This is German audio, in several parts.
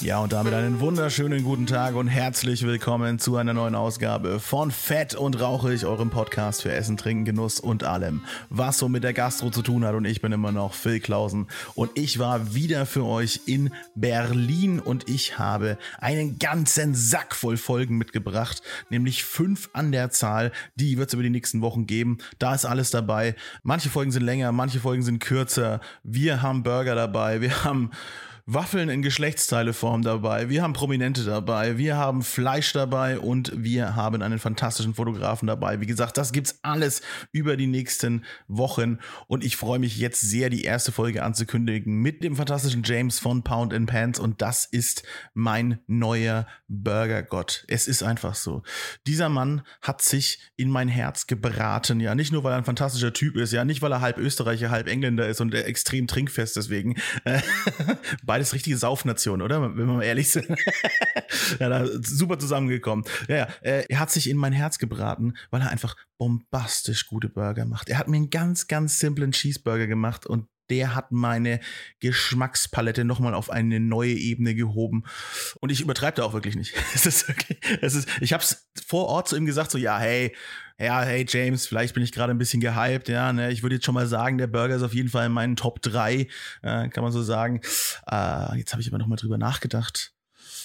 Ja, und damit einen wunderschönen guten Tag und herzlich willkommen zu einer neuen Ausgabe von Fett und Rauchig, eurem Podcast für Essen, Trinken, Genuss und allem, was so mit der Gastro zu tun hat. Und ich bin immer noch Phil Klausen und ich war wieder für euch in Berlin und ich habe einen ganzen Sack voll Folgen mitgebracht, nämlich fünf an der Zahl. Die wird es über die nächsten Wochen geben. Da ist alles dabei. Manche Folgen sind länger, manche Folgen sind kürzer. Wir haben Burger dabei, wir haben Waffeln in Geschlechtsteileform dabei, wir haben Prominente dabei, wir haben Fleisch dabei und wir haben einen fantastischen Fotografen dabei. Wie gesagt, das gibt's alles über die nächsten Wochen und ich freue mich jetzt sehr, die erste Folge anzukündigen mit dem fantastischen James von Pound and Pants und das ist mein neuer Burgergott. Es ist einfach so. Dieser Mann hat sich in mein Herz gebraten, ja, nicht nur weil er ein fantastischer Typ ist, ja, nicht weil er halb Österreicher, halb Engländer ist und äh, extrem trinkfest deswegen, äh, Beides richtige Saufnationen, oder? Wenn wir mal ehrlich sind. ja, da super zusammengekommen. Ja, ja, äh, er hat sich in mein Herz gebraten, weil er einfach bombastisch gute Burger macht. Er hat mir einen ganz, ganz simplen Cheeseburger gemacht und der hat meine Geschmackspalette nochmal auf eine neue Ebene gehoben. Und ich übertreibe da auch wirklich nicht. es ist wirklich, es ist, ich habe es vor Ort zu ihm gesagt, so, ja, hey, ja, hey James, vielleicht bin ich gerade ein bisschen gehypt, ja, ne, ich würde jetzt schon mal sagen, der Burger ist auf jeden Fall in meinen Top 3, äh, kann man so sagen. Äh, jetzt habe ich aber nochmal drüber nachgedacht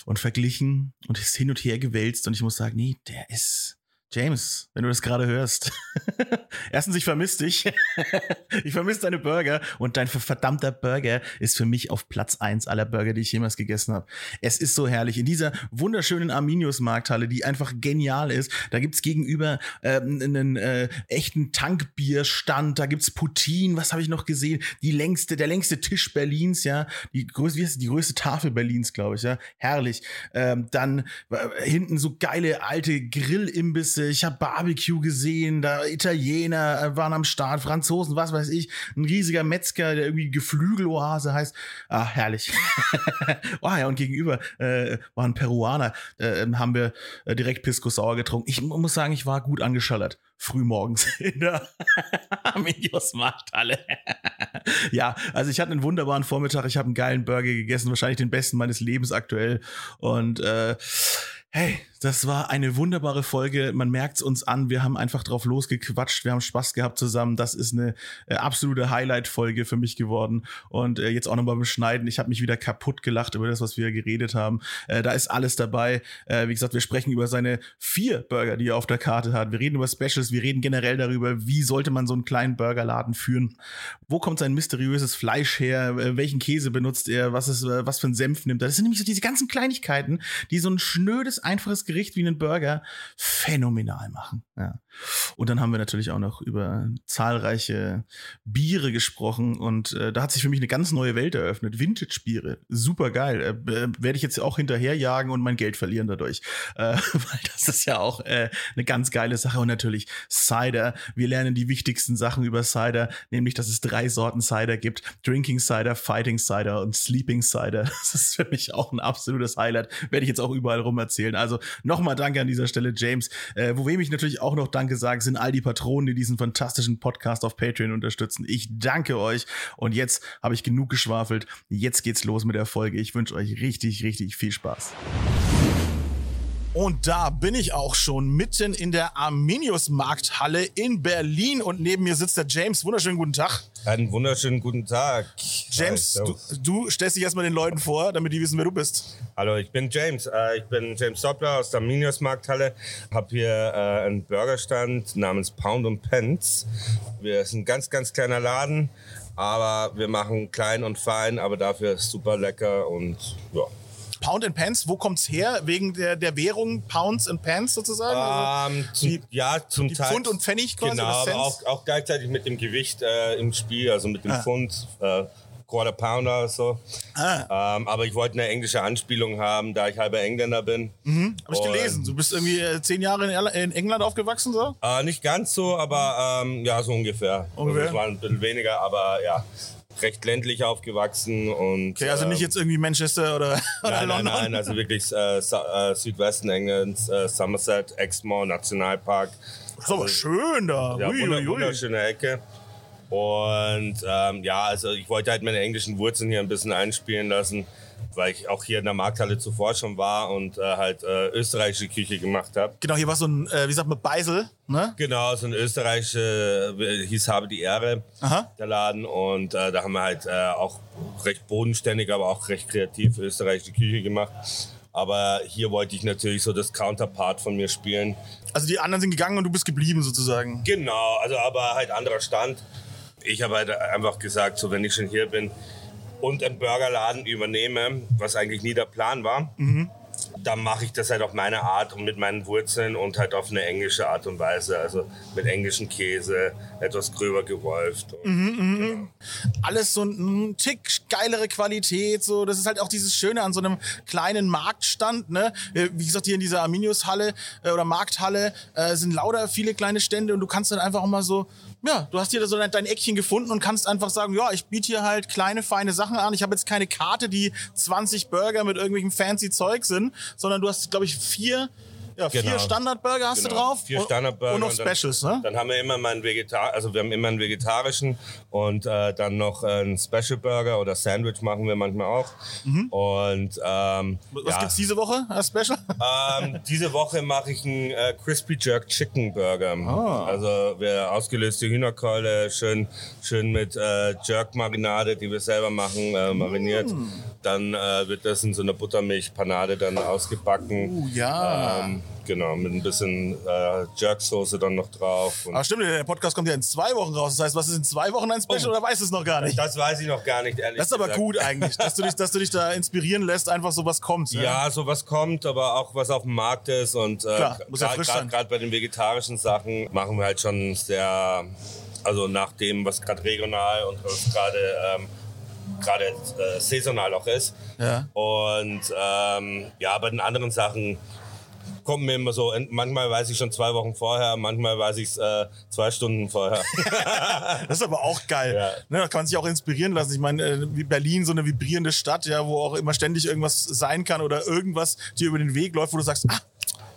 und verglichen und ist hin und her gewälzt und ich muss sagen, nee, der ist. James, wenn du das gerade hörst. Erstens, ich vermisse dich. ich vermisse deine Burger und dein verdammter Burger ist für mich auf Platz eins aller Burger, die ich jemals gegessen habe. Es ist so herrlich. In dieser wunderschönen Arminius-Markthalle, die einfach genial ist, da gibt's gegenüber äh, einen äh, echten Tankbierstand, da gibt's Putin, was habe ich noch gesehen? Die längste, der längste Tisch Berlins, ja. Die größte, wie heißt das? die größte Tafel Berlins, glaube ich, ja. Herrlich. Ähm, dann äh, hinten so geile alte Grillimbisse. Ich habe Barbecue gesehen, da Italiener äh, waren am Start, Franzosen, was weiß ich. Ein riesiger Metzger, der irgendwie Geflügeloase heißt. Ah, herrlich. oh ja, und gegenüber äh, waren Peruaner. Äh, haben wir äh, direkt Pisco Sauer getrunken. Ich mu- muss sagen, ich war gut angeschallert. Frühmorgens in der Amigos Markthalle. ja, also ich hatte einen wunderbaren Vormittag. Ich habe einen geilen Burger gegessen, wahrscheinlich den besten meines Lebens aktuell. Und äh, hey, das war eine wunderbare Folge. Man merkt es uns an. Wir haben einfach drauf losgequatscht. Wir haben Spaß gehabt zusammen. Das ist eine äh, absolute Highlight-Folge für mich geworden. Und äh, jetzt auch nochmal beim Schneiden. Ich habe mich wieder kaputt gelacht über das, was wir geredet haben. Äh, da ist alles dabei. Äh, wie gesagt, wir sprechen über seine vier Burger, die er auf der Karte hat. Wir reden über Specials. Wir reden generell darüber, wie sollte man so einen kleinen Burgerladen führen. Wo kommt sein mysteriöses Fleisch her? Äh, welchen Käse benutzt er? Was, ist, äh, was für ein Senf nimmt er? Das sind nämlich so diese ganzen Kleinigkeiten, die so ein schnödes, einfaches Gericht wie einen Burger phänomenal machen. Ja. Und dann haben wir natürlich auch noch über zahlreiche Biere gesprochen und äh, da hat sich für mich eine ganz neue Welt eröffnet. Vintage-Biere, super geil. Äh, b- Werde ich jetzt auch hinterherjagen und mein Geld verlieren dadurch, äh, weil das ist ja auch äh, eine ganz geile Sache. Und natürlich Cider. Wir lernen die wichtigsten Sachen über Cider, nämlich, dass es drei Sorten Cider gibt. Drinking Cider, Fighting Cider und Sleeping Cider. Das ist für mich auch ein absolutes Highlight. Werde ich jetzt auch überall rum erzählen. Also nochmal danke an dieser Stelle, James. Äh, wo wem ich natürlich auch noch danke sage, sind all die Patronen, die diesen fantastischen Podcast auf Patreon unterstützen. Ich danke euch. Und jetzt habe ich genug geschwafelt. Jetzt geht's los mit der Folge. Ich wünsche euch richtig, richtig viel Spaß. Und da bin ich auch schon mitten in der Arminius-Markthalle in Berlin. Und neben mir sitzt der James. Wunderschönen guten Tag. Einen wunderschönen guten Tag. Äh, James, Hi, du, servus. du stellst dich erstmal den Leuten vor, damit die wissen, wer du bist. Hallo, ich bin James. Äh, Ich bin James Doppler aus der Minios Markthalle. Hab hier äh, einen Burgerstand namens Pound and Pence. Wir sind ein ganz, ganz kleiner Laden, aber wir machen klein und fein, aber dafür super lecker und ja. Pound and Pants, wo kommt's her? Wegen der, der Währung Pounds and Pants sozusagen? Also- Ähm, zum, die- ja, zum die Teil. Pfund und Pfennig quasi, Genau, oder aber Cent? auch, auch gleichzeitig mit dem Gewicht äh, im Spiel, also mit dem Ah. Pfund, äh, Quarter Pounder oder so. Ah. Ähm, aber ich wollte eine englische Anspielung haben, da ich halber Engländer bin. Mhm, Hab ich Und- gelesen. Du bist irgendwie äh, zehn Jahre in, Erla- in England aufgewachsen, so? Äh, nicht ganz so, aber ähm, ja, so ungefähr. Ungefähr? Also, es war ein bisschen weniger, aber ja. recht ländlich aufgewachsen und. Okay, also nicht ähm, jetzt irgendwie Manchester oder, oder nein, London. Nein, nein, also wirklich äh, Su- äh, Südwesten Englands, äh, Somerset, Exmoor, Nationalpark. ist aber schön da. Also, Ja, Ui, wunder- ui, ui. wunderschöne Ecke. Und ähm, ja, also ich wollte halt meine englischen Wurzeln hier ein bisschen einspielen lassen, weil ich auch hier in der Markthalle zuvor schon war und äh, halt äh, österreichische Küche gemacht habe. Genau, hier war so ein, äh, wie sagt man, Beisel, ne? Genau, so ein österreichische, äh, hieß Habe die Ehre, Aha. der Laden. Und äh, da haben wir halt äh, auch recht bodenständig, aber auch recht kreativ österreichische Küche gemacht. Aber hier wollte ich natürlich so das Counterpart von mir spielen. Also die anderen sind gegangen und du bist geblieben sozusagen. Genau, also aber halt anderer Stand. Ich habe halt einfach gesagt, so wenn ich schon hier bin und einen Burgerladen übernehme, was eigentlich nie der Plan war, Mhm. dann mache ich das halt auf meine Art und mit meinen Wurzeln und halt auf eine englische Art und Weise. Also mit englischen Käse, etwas gröber gerolft. Und Mhm. Alles so ein Tick geilere Qualität, so. Das ist halt auch dieses Schöne an so einem kleinen Marktstand, ne? Äh, Wie gesagt, hier in dieser Arminius-Halle äh, oder Markthalle äh, sind lauter viele kleine Stände und du kannst dann einfach auch mal so, ja, du hast hier so dein, dein Eckchen gefunden und kannst einfach sagen, ja, ich biete hier halt kleine, feine Sachen an. Ich habe jetzt keine Karte, die 20 Burger mit irgendwelchem fancy Zeug sind, sondern du hast, glaube ich, vier, ja, vier Genau. Standardburger hast du Genau, drauf. Vier und- Standardburger. Und noch dann, Specials, ne? Dann haben wir immer mal einen Vegetar also wir haben immer einen vegetarischen und äh, dann noch einen Special Burger oder Sandwich machen wir manchmal auch. Und ähm, Mhm. Was ja. gibt's diese Woche als Special? ähm, diese Woche mache ich einen äh, Crispy Jerk Chicken Burger. Ah. Also wir ausgelöste Hühnerkeule, schön, schön mit äh, Jerk Marinade, die wir selber machen, äh, mariniert. Mm. Dann äh, wird das in so einer Buttermilchpanade dann ausgebacken. Oh ja. Ähm, genau, mit ein bisschen äh, Jerksoße dann noch drauf. Und Aber Ah, stimmt, der Podcast kommt ja in zwei Wochen raus. Das heißt, was ist in zwei Wochen ein Oh. Special oder weißt du es noch gar nicht? das weiß ich noch gar nicht, ehrlich Das ist aber gesagt. gut eigentlich, dass du dich, dass du dich da inspirieren lässt, einfach so was kommt. ne? Ja, so was kommt, aber auch was auf dem Markt ist. Und äh, Klar, muss ja frisch sein. gerade bei den vegetarischen Sachen machen wir halt schon sehr, also nach dem, was gerade regional und was gerade ähm, gerade äh, saisonal auch ist. Ja. Und ähm, ja, bei den anderen Sachen kommt mir immer so, ent- manchmal weiß ich schon zwei Wochen vorher, manchmal weiß ich es äh, zwei Stunden vorher. Das ist aber auch geil. Ja. Ne, da kann man sich auch inspirieren lassen. Ich meine, äh, wie Berlin, so eine vibrierende Stadt, ja, wo auch immer ständig irgendwas sein kann oder irgendwas dir über den Weg läuft, wo du sagst, ah,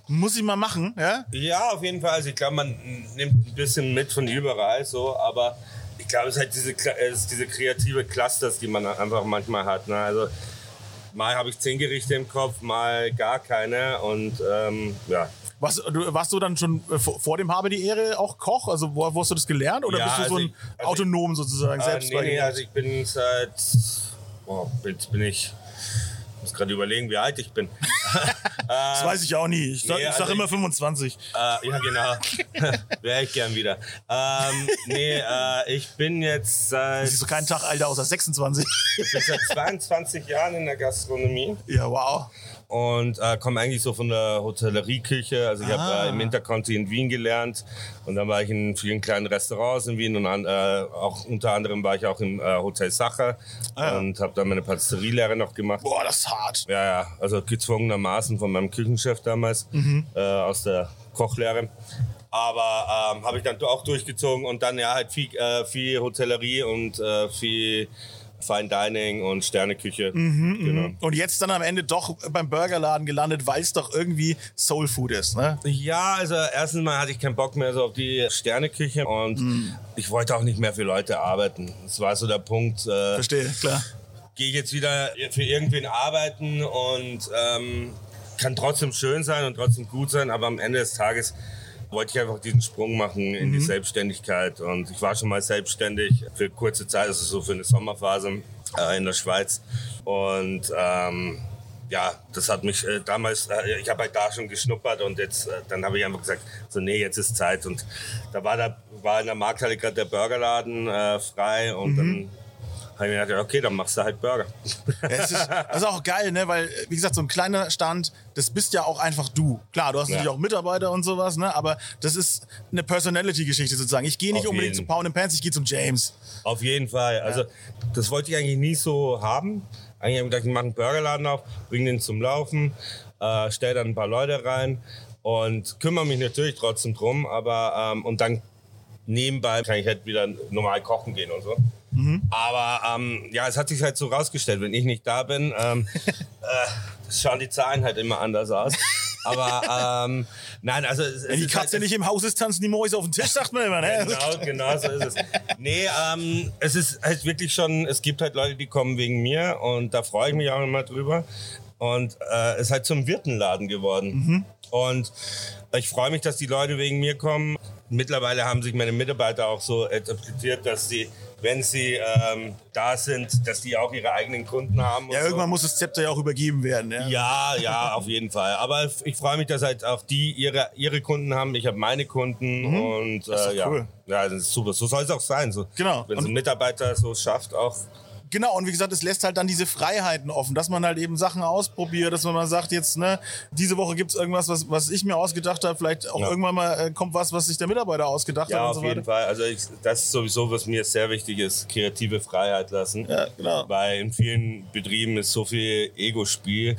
muss ich mal machen. Ja? Ja, auf jeden Fall. Also ich glaube, man nimmt ein bisschen mit von überall so, aber ich glaube, es ist halt diese, Kla- es ist diese kreative Clusters, die man einfach manchmal hat. Ne? Also mal habe ich zehn Gerichte im Kopf, mal gar keine und ähm, ja. Was, du, warst du dann schon äh, vor, vor dem Habe die Ehre auch Koch? Also wo, wo hast du das gelernt? Oder Ja, bist du so also ein ich- also ich- Autonom sozusagen Äh, selbst nee, nee, beigebracht? also ich bin seit, oh, jetzt bin ich, muss gerade überlegen, wie alt ich bin. Das weiß ich auch nie. Ich sag, nee, ich sag also immer ich- 25. Äh, ja, genau. Wäre ich gern wieder. Ähm, nee, äh, ich bin jetzt seit, Siehst du keinen Tag alter außer 26? ich bin seit 22 Jahren in der Gastronomie. ja, wow. und äh, komme eigentlich so von der Hotellerieküche. Also ich Ah. habe äh, im Interconti in Wien gelernt und dann war ich in vielen kleinen Restaurants in Wien und an, äh, auch unter anderem war ich auch im äh, Hotel Sacher Ah, ja. und habe dann meine Patisserielehre noch gemacht. Boah, das ist hart. Ja, ja, also gezwungenermaßen von meinem Küchenchef damals Mhm. äh, aus der Kochlehre. Aber ähm, habe ich dann auch durchgezogen und dann ja halt viel, äh, viel Hotellerie und äh, viel Fine Dining und Sterneküche. Mhm. genau. Und jetzt dann am Ende doch beim Burgerladen gelandet, weil es doch irgendwie Soul Food ist, ne? Ja, also erstens mal hatte ich keinen Bock mehr so auf die Sterneküche und ich wollte auch nicht mehr für Leute arbeiten. Das war so der Punkt. Äh, Verstehe, klar. Gehe ich jetzt wieder für irgendwen arbeiten und ähm, kann trotzdem schön sein und trotzdem gut sein, aber am Ende des Tages wollte ich einfach diesen Sprung machen in die Selbstständigkeit und ich war schon mal selbstständig für kurze Zeit, also so für eine Sommerphase äh, in der Schweiz und ähm, ja, das hat mich äh, damals, äh, ich habe halt da schon geschnuppert und jetzt, äh, dann habe ich einfach gesagt, so nee, jetzt ist Zeit und da war, da, war in der Markthalle gerade der Burgerladen äh, frei und dann habe ich mir gedacht, okay, dann machst du halt Burger. Es ist, das ist auch geil, ne? Weil, wie gesagt, so ein kleiner Stand, das bist ja auch einfach du. Klar, du hast natürlich auch Mitarbeiter und sowas, ne? Aber das ist eine Personality-Geschichte sozusagen. Ich gehe nicht Auf unbedingt jeden. zu Pound and Pants, ich gehe zum James. Auf jeden Fall. Also, das wollte ich eigentlich nie so haben. Eigentlich habe ich gedacht, ich mache einen Burgerladen auf, bringe den zum Laufen, äh, stelle dann ein paar Leute rein und kümmere mich natürlich trotzdem drum. Aber, ähm, und dann nebenbei kann ich halt wieder normal kochen gehen und so. Mhm. Aber ähm, ja, es hat sich halt so rausgestellt, wenn ich nicht da bin, ähm, äh, schauen die Zahlen halt immer anders aus. Aber ähm, nein, also es, Wenn es die ist Katze halt, nicht im Haus ist, tanzen die Mäuse auf den Tisch, sagt man immer, ne? Genau, genau so ist es. Nee, ähm, es ist halt wirklich schon, es gibt halt Leute, die kommen wegen mir und da freue ich mich auch immer drüber. Und äh, es ist halt zum Wirtenladen geworden. Mhm. Und ich freue mich, dass die Leute wegen mir kommen. Mittlerweile haben sich meine Mitarbeiter auch so interpretiert, dass sie, wenn sie ähm, da sind, dass die auch ihre eigenen Kunden haben. und Ja, so. irgendwann muss das Zepter ja auch übergeben werden, ja. Ja, ja, auf jeden Fall. Aber ich freue mich, dass halt auch die ihre, ihre Kunden haben. Ich habe meine Kunden und Mhm. ist doch äh, ja. cool. ja, das ist super. So soll es auch sein. So, Genau. Wenn so Und- ein Mitarbeiter so schafft, auch Genau, und wie gesagt, es lässt halt dann diese Freiheiten offen, dass man halt eben Sachen ausprobiert, dass man mal sagt, jetzt, ne, diese Woche gibt's irgendwas, was, was ich mir ausgedacht habe, vielleicht auch Ja. irgendwann mal äh, kommt was, was sich der Mitarbeiter ausgedacht ja, hat und auf so jeden weiter. Fall. Also ich, das ist sowieso, was mir sehr wichtig ist, kreative Freiheit lassen. Ja, genau. Weil in vielen Betrieben ist so viel Ego-Spiel.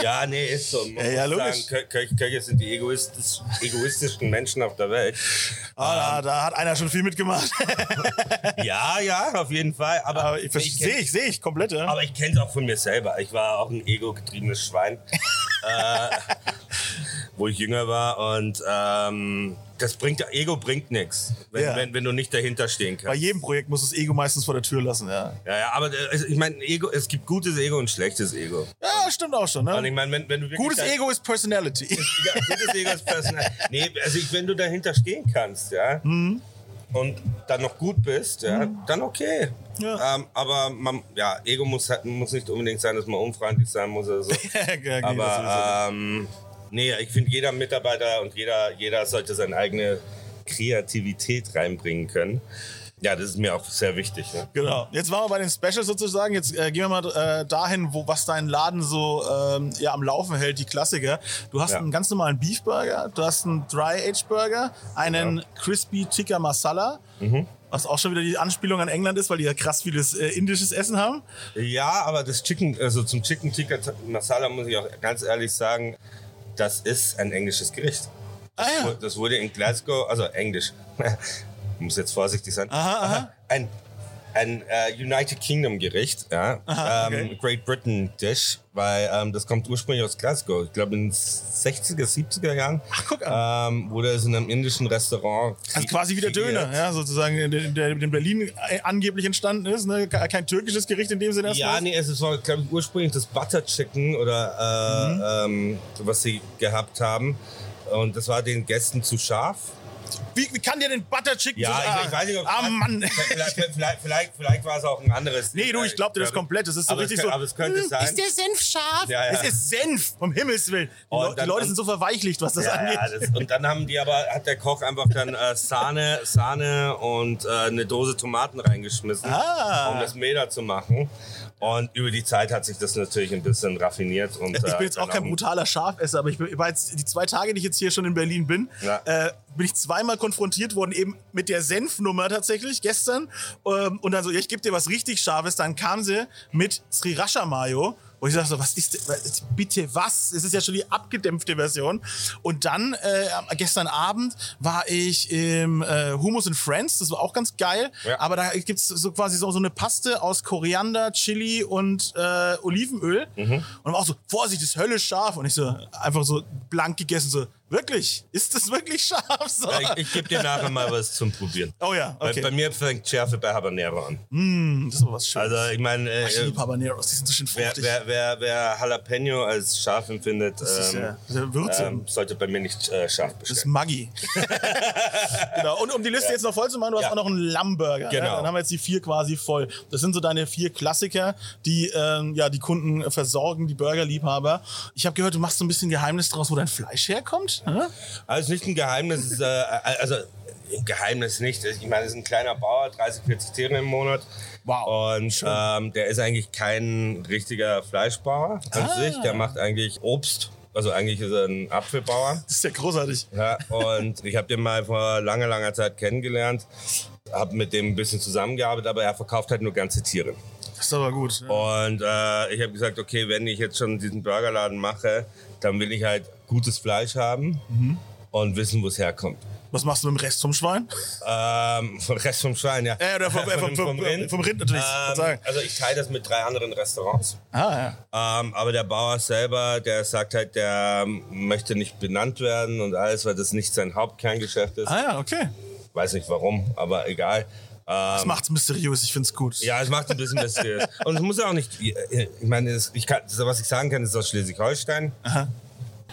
ja, nee, ist so. Man Ja, ja, muss logisch. sagen, Kö Kö Köche sind die egoistisch, egoistischsten Menschen auf der Welt. Ah, da, Ähm, da hat einer schon viel mitgemacht. Ja, ja, auf jeden Fall. Aber, Aber ich ich sehe ich, sehe ich komplett, ja. Aber ich kenne es auch von mir selber. Ich war auch ein ego-getriebenes Schwein, äh, wo ich jünger war. Und ähm, das bringt, Ego bringt nichts, wenn, Ja. wenn, wenn du nicht dahinter stehen Bei kannst. jedem Projekt muss das Ego meistens vor der Tür lassen, ja. Ja, ja, aber äh, ich meine, Ego, es gibt gutes Ego und schlechtes Ego. Ja, stimmt auch schon, Und ne? ich meine, wenn, wenn du wirklich Gutes da- Ego ist Personality. Ja, gutes Ego ist Personal. Nee, also ich, wenn du dahinter stehen kannst, ja, Mhm. und dann noch gut bist, ja, dann okay. Ja. Ähm, aber man, ja, Ego muss, halt- muss nicht unbedingt sein, dass man unfreundlich sein muss oder so. Ja, nee, das sowieso. Aber ähm, nee, ich finde, jeder Mitarbeiter und jeder, jeder sollte seine eigene Kreativität reinbringen können. Ja, das ist mir auch sehr wichtig. Ne? Genau. Jetzt waren wir bei den Specials sozusagen. Jetzt äh, gehen wir mal äh, dahin, wo was deinen Laden so ähm, ja, am Laufen hält, die Klassiker. Du hast Ja. einen ganz normalen Beef Burger, du hast einen Dry Aged Burger, einen Crispy Tikka Masala. Mhm. Was auch schon wieder die Anspielung an England ist, weil die ja krass vieles äh, indisches Essen haben. Ja, aber das Chicken, also zum Chicken Tikka Masala muss ich auch ganz ehrlich sagen, das ist ein englisches Gericht. Ah ja. Wu- Das wurde in Glasgow, also Englisch, muss jetzt vorsichtig sein, ein, ein äh, United Kingdom Gericht, ja, ähm, okay. Great Britain Dish, weil ähm, das kommt ursprünglich aus Glasgow. Ich glaube in den 60er, 70er Jahren Ach, guck ähm, wurde es in einem indischen Restaurant. Also quasi wieder kreiert. Döner, ja, sozusagen, der, der in Berlin äh, angeblich entstanden ist. Ne? Kein türkisches Gericht in dem Sinne erstmal. Ja, nee, es war, glaube ich, ursprünglich das Butter Chicken oder äh, Mhm. ähm, was sie gehabt haben. Und das war den Gästen zu scharf. Wie, wie kann dir denn Butter Chicken Ja, so- ich, ich weiß nicht, ob Ah, Mann. Vielleicht, vielleicht, vielleicht, vielleicht war es auch ein anderes. Nee, du, ich glaub dir das glaube, komplett. Das ist so aber richtig es, kö- so, Aber es könnte "Hm, sein. Ist der Senf scharf? Ja, ja. Es ist Senf, um Himmels Willen. Die, Und Leu- die dann- Leute sind so verweichlicht, was das ja, angeht. ja, das, und dann haben die aber, hat der Koch einfach dann äh, Sahne, Sahne und äh, eine Dose Tomaten reingeschmissen, Ah. um das Meder zu machen. Und über die Zeit hat sich das natürlich ein bisschen raffiniert. Und, äh, ich bin jetzt auch kein Bruder. brutaler Schafesser, aber ich bin, ich war jetzt, die zwei Tage, die ich jetzt hier schon in Berlin bin, Ja. äh, bin ich zweimal konfrontiert worden, eben mit der Senfnummer tatsächlich, gestern. Ähm, und dann so, ja, ich gebe dir was richtig Scharfes. Dann kam sie mit Sriracha Mayo. Wo ich sag so, was ist denn, was- bitte was? Es ist ja schon die abgedämpfte Version. Und dann, äh, gestern Abend war ich im äh, Hummus in Friends, das war auch ganz geil. Ja. Aber da gibt's so quasi so, so eine Paste aus Koriander, Chili und äh, Olivenöl. Mhm. Und war auch so, Vorsicht, das ist höllisch scharf. Und ich so, einfach so blank gegessen, so, wirklich? Ist das wirklich scharf? So. Ja, Ich, ich gebe dir nachher mal was zum Probieren. Oh ja, okay. Hm, Bei, bei mir fängt Schärfe bei Habanero an. das ist aber was Schönes. Also ich meine, äh, ich liebe Habaneros, die sind so schön wer, fruchtig. wer, wer, wer Jalapeno als scharf empfindet, ist ja- ähm, das ist ja Würze. ähm, sollte bei mir nicht äh, scharf das ist bestellen. Maggi. genau. Und um die Liste jetzt noch voll zu machen, du hast Ja. auch noch einen Lammburger. Genau. Ne? Dann haben wir jetzt die vier quasi voll. Das sind so deine vier Klassiker, die ähm, ja, die Kunden versorgen, die Burgerliebhaber. Ich habe gehört, du machst so ein bisschen Geheimnis draus, wo dein Fleisch herkommt. ne? Hä? Also es ist nicht ein Geheimnis, es ist, äh, also ein Geheimnis nicht. Ich meine, es ist ein kleiner Bauer, 30, 40 Tiere im Monat. Wow, Und ähm, der ist eigentlich kein richtiger Fleischbauer an Ah. sich. Der macht eigentlich Obst. Also eigentlich ist er ein Apfelbauer. Das ist ja großartig. Ja, und ich habe den mal vor langer, langer Zeit kennengelernt, habe mit dem ein bisschen zusammengearbeitet, aber er verkauft halt nur ganze Tiere. Das ist aber gut. Und äh, ich habe gesagt, okay, wenn ich jetzt schon diesen Mhm. Burgerladen mache, dann will ich halt gutes Fleisch haben und wissen, wo es herkommt. Was machst du mit dem Rest vom Schwein? Ähm, von Rest vom Schwein, ja. Äh, oder vom- äh, vom- dem- vom- vom Rind natürlich, soll ich Ähm, sagen. also ich teile das mit drei anderen Restaurants. Ah, ja. Ähm, aber der Bauer selber, der sagt halt, der möchte nicht benannt werden und alles, weil das nicht sein Hauptkerngeschäft ist. Ah, ja, okay. Weiß nicht warum, aber egal. Ähm, Das macht's mysteriös, ich find's gut. Ja, es macht ein bisschen mysteriös. Und es muss ja auch nicht. äh, Ich meine, es- ich kann, was ich sagen kann, ist aus Schleswig-Holstein.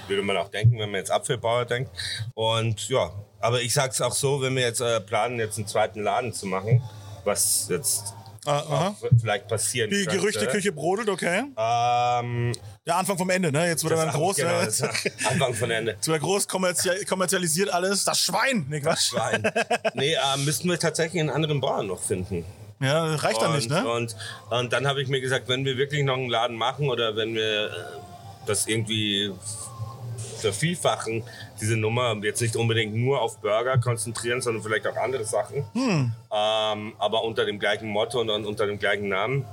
Würde man auch denken, wenn man jetzt Apfelbauer denkt. Und ja, aber ich sag's auch so, wenn wir jetzt äh, planen, jetzt einen zweiten Laden zu machen, was jetzt Ah, aha. auch vielleicht passieren Die könnte. Gerüchteküche brodelt, okay. Ähm, Der Anfang vom Ende, ne? Jetzt wird er dann groß, genau, ne? das ist Anfang von Ende. Jetzt wird er groß kommerzial, kommerzialisiert alles. Das Schwein! Nee, Quatsch. Nein. Nee, äh, müssten wir tatsächlich einen anderen Bauern noch finden. Ja, das reicht dann und, nicht, ne? Und, und dann habe ich mir gesagt, wenn wir wirklich noch einen Laden machen oder wenn wir äh, das irgendwie vervielfachen, diese Nummer, jetzt nicht unbedingt nur auf Burger konzentrieren, sondern vielleicht auch andere Sachen, Hm. ähm, aber unter dem gleichen Motto und unter dem gleichen Namen.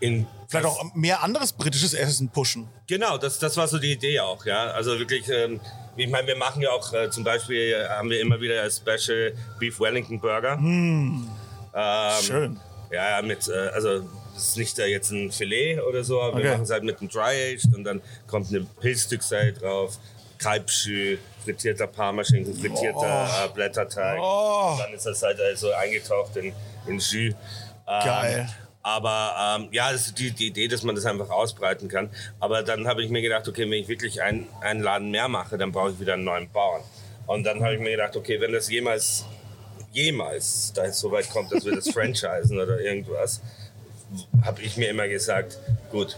In, Vielleicht auch mehr anderes britisches Essen pushen. Genau, das, das war so die Idee auch, ja. Also wirklich, ähm, ich meine, wir machen ja auch äh, zum Beispiel, äh, haben wir immer wieder als Special Beef Wellington Burger. Hm. Ähm, Schön. Ja, ja, mit, äh, also das ist nicht äh, jetzt ein Filet oder so, aber Okay. wir machen es halt mit einem Dry-Aged und dann kommt eine Pilzstückseil drauf, Kalbschü, frittierter Parmaschinken, frittierter äh, Blätterteig. Oh. Dann ist das halt äh, so eingetaucht in, in Jus. Ähm, Geil. aber ähm, ja, das ist die, die Idee, dass man das einfach ausbreiten kann. Aber dann habe ich mir gedacht, okay, wenn ich wirklich einen, einen Laden mehr mache, dann brauche ich wieder einen neuen Bauern. Und dann habe ich mir gedacht, okay, wenn das jemals, jemals da so weit kommt, dass wir das franchisen oder irgendwas, habe ich mir immer gesagt, gut,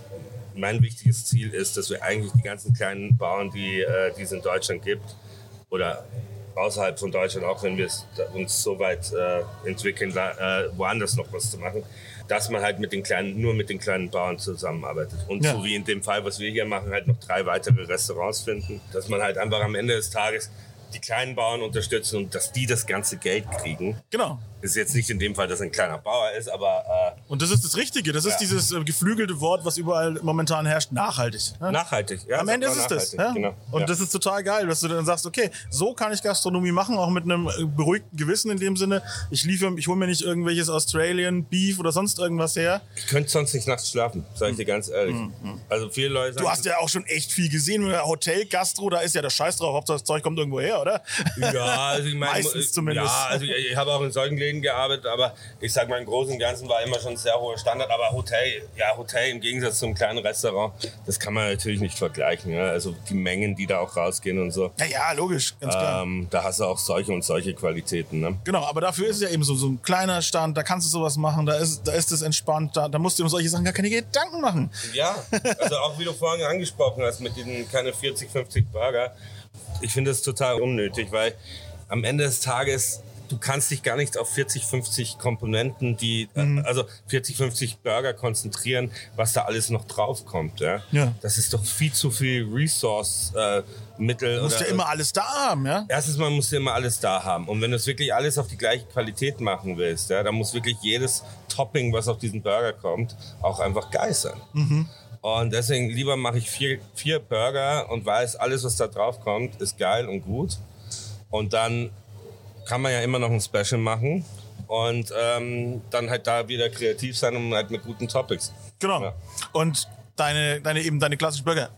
mein wichtiges Ziel ist, dass wir eigentlich die ganzen kleinen Bauern, die, äh, die es in Deutschland gibt, oder außerhalb von Deutschland, auch wenn wir es da- uns so weit äh, entwickeln, da, äh, woanders noch was zu machen, dass man halt mit den kleinen, nur mit den kleinen Bauern zusammenarbeitet. Und Ja. so wie in dem Fall, was wir hier machen, halt noch drei weitere Restaurants finden, dass man halt einfach am Ende des Tages die kleinen Bauern unterstützen und dass die das ganze Geld kriegen. Genau. Ist jetzt nicht in dem Fall, dass ein kleiner Bauer ist, aber äh, Und das ist das Richtige. Das ist Ja. dieses äh, geflügelte Wort, was überall momentan herrscht. Nachhaltig. äh, ne? nachhaltig. Ja, Am Ende ist es das. nachhaltig, Ja? Genau. Und ja. das ist total geil, dass du dann sagst, okay, so kann ich Gastronomie machen, auch mit einem äh, beruhigten Gewissen in dem Sinne. Ich liefere, ich hole mir nicht irgendwelches Australian Beef oder sonst irgendwas her. Ich könnte sonst nicht nachts schlafen, sage ich dir ganz ehrlich. Also viele Leute Mhm, Du hast ja auch schon echt viel gesehen. Hotel, Gastro, da ist ja der Scheiß drauf. Hauptsache das Zeug kommt irgendwo her, oder? Ja, also ich meine, Meistens zumindest. Ja, also ich, ich habe auch in solchen Läden gearbeitet, aber ich sag mal, im Großen und Ganzen war immer schon ein sehr hoher Standard. Aber Hotel, ja, Hotel im Gegensatz zum kleinen Restaurant, das kann man natürlich nicht vergleichen. Ja? Also die Mengen, die da auch rausgehen und so. Ja, ja, logisch, ganz klar. Ähm, da hast du auch solche und solche Qualitäten. Ne? Genau, aber dafür ist es ja eben so, so ein kleiner Stand, da kannst du sowas machen, da ist, da ist es entspannt, da, da musst du um solche Sachen gar keine Gedanken machen. Ja, also auch wie du vorhin angesprochen hast mit diesen keine 40, 50 Burger. Ich finde das total unnötig, weil am Ende des Tages, du kannst dich gar nicht auf 40, 50 Komponenten, die, äh, also 40, 50 Burger konzentrieren, was da alles noch draufkommt. Ja? Ja. Das ist doch viel zu viel äh, Resource-Mittel. Du musst ja immer alles da haben, ja? Erstens mal musst du immer alles da haben. Und wenn du es wirklich alles auf die gleiche Qualität machen willst, ja, dann muss wirklich jedes Topping, was auf diesen Burger kommt, auch einfach geil sein. Und deswegen lieber mache ich vier, vier Burger und weiß, alles, was da drauf kommt, ist geil und gut. Und dann kann man ja immer noch ein Special machen und ähm, dann halt da wieder kreativ sein und halt mit guten Topics. Genau. Ja. Und deine, deine eben deine klassischen Burger.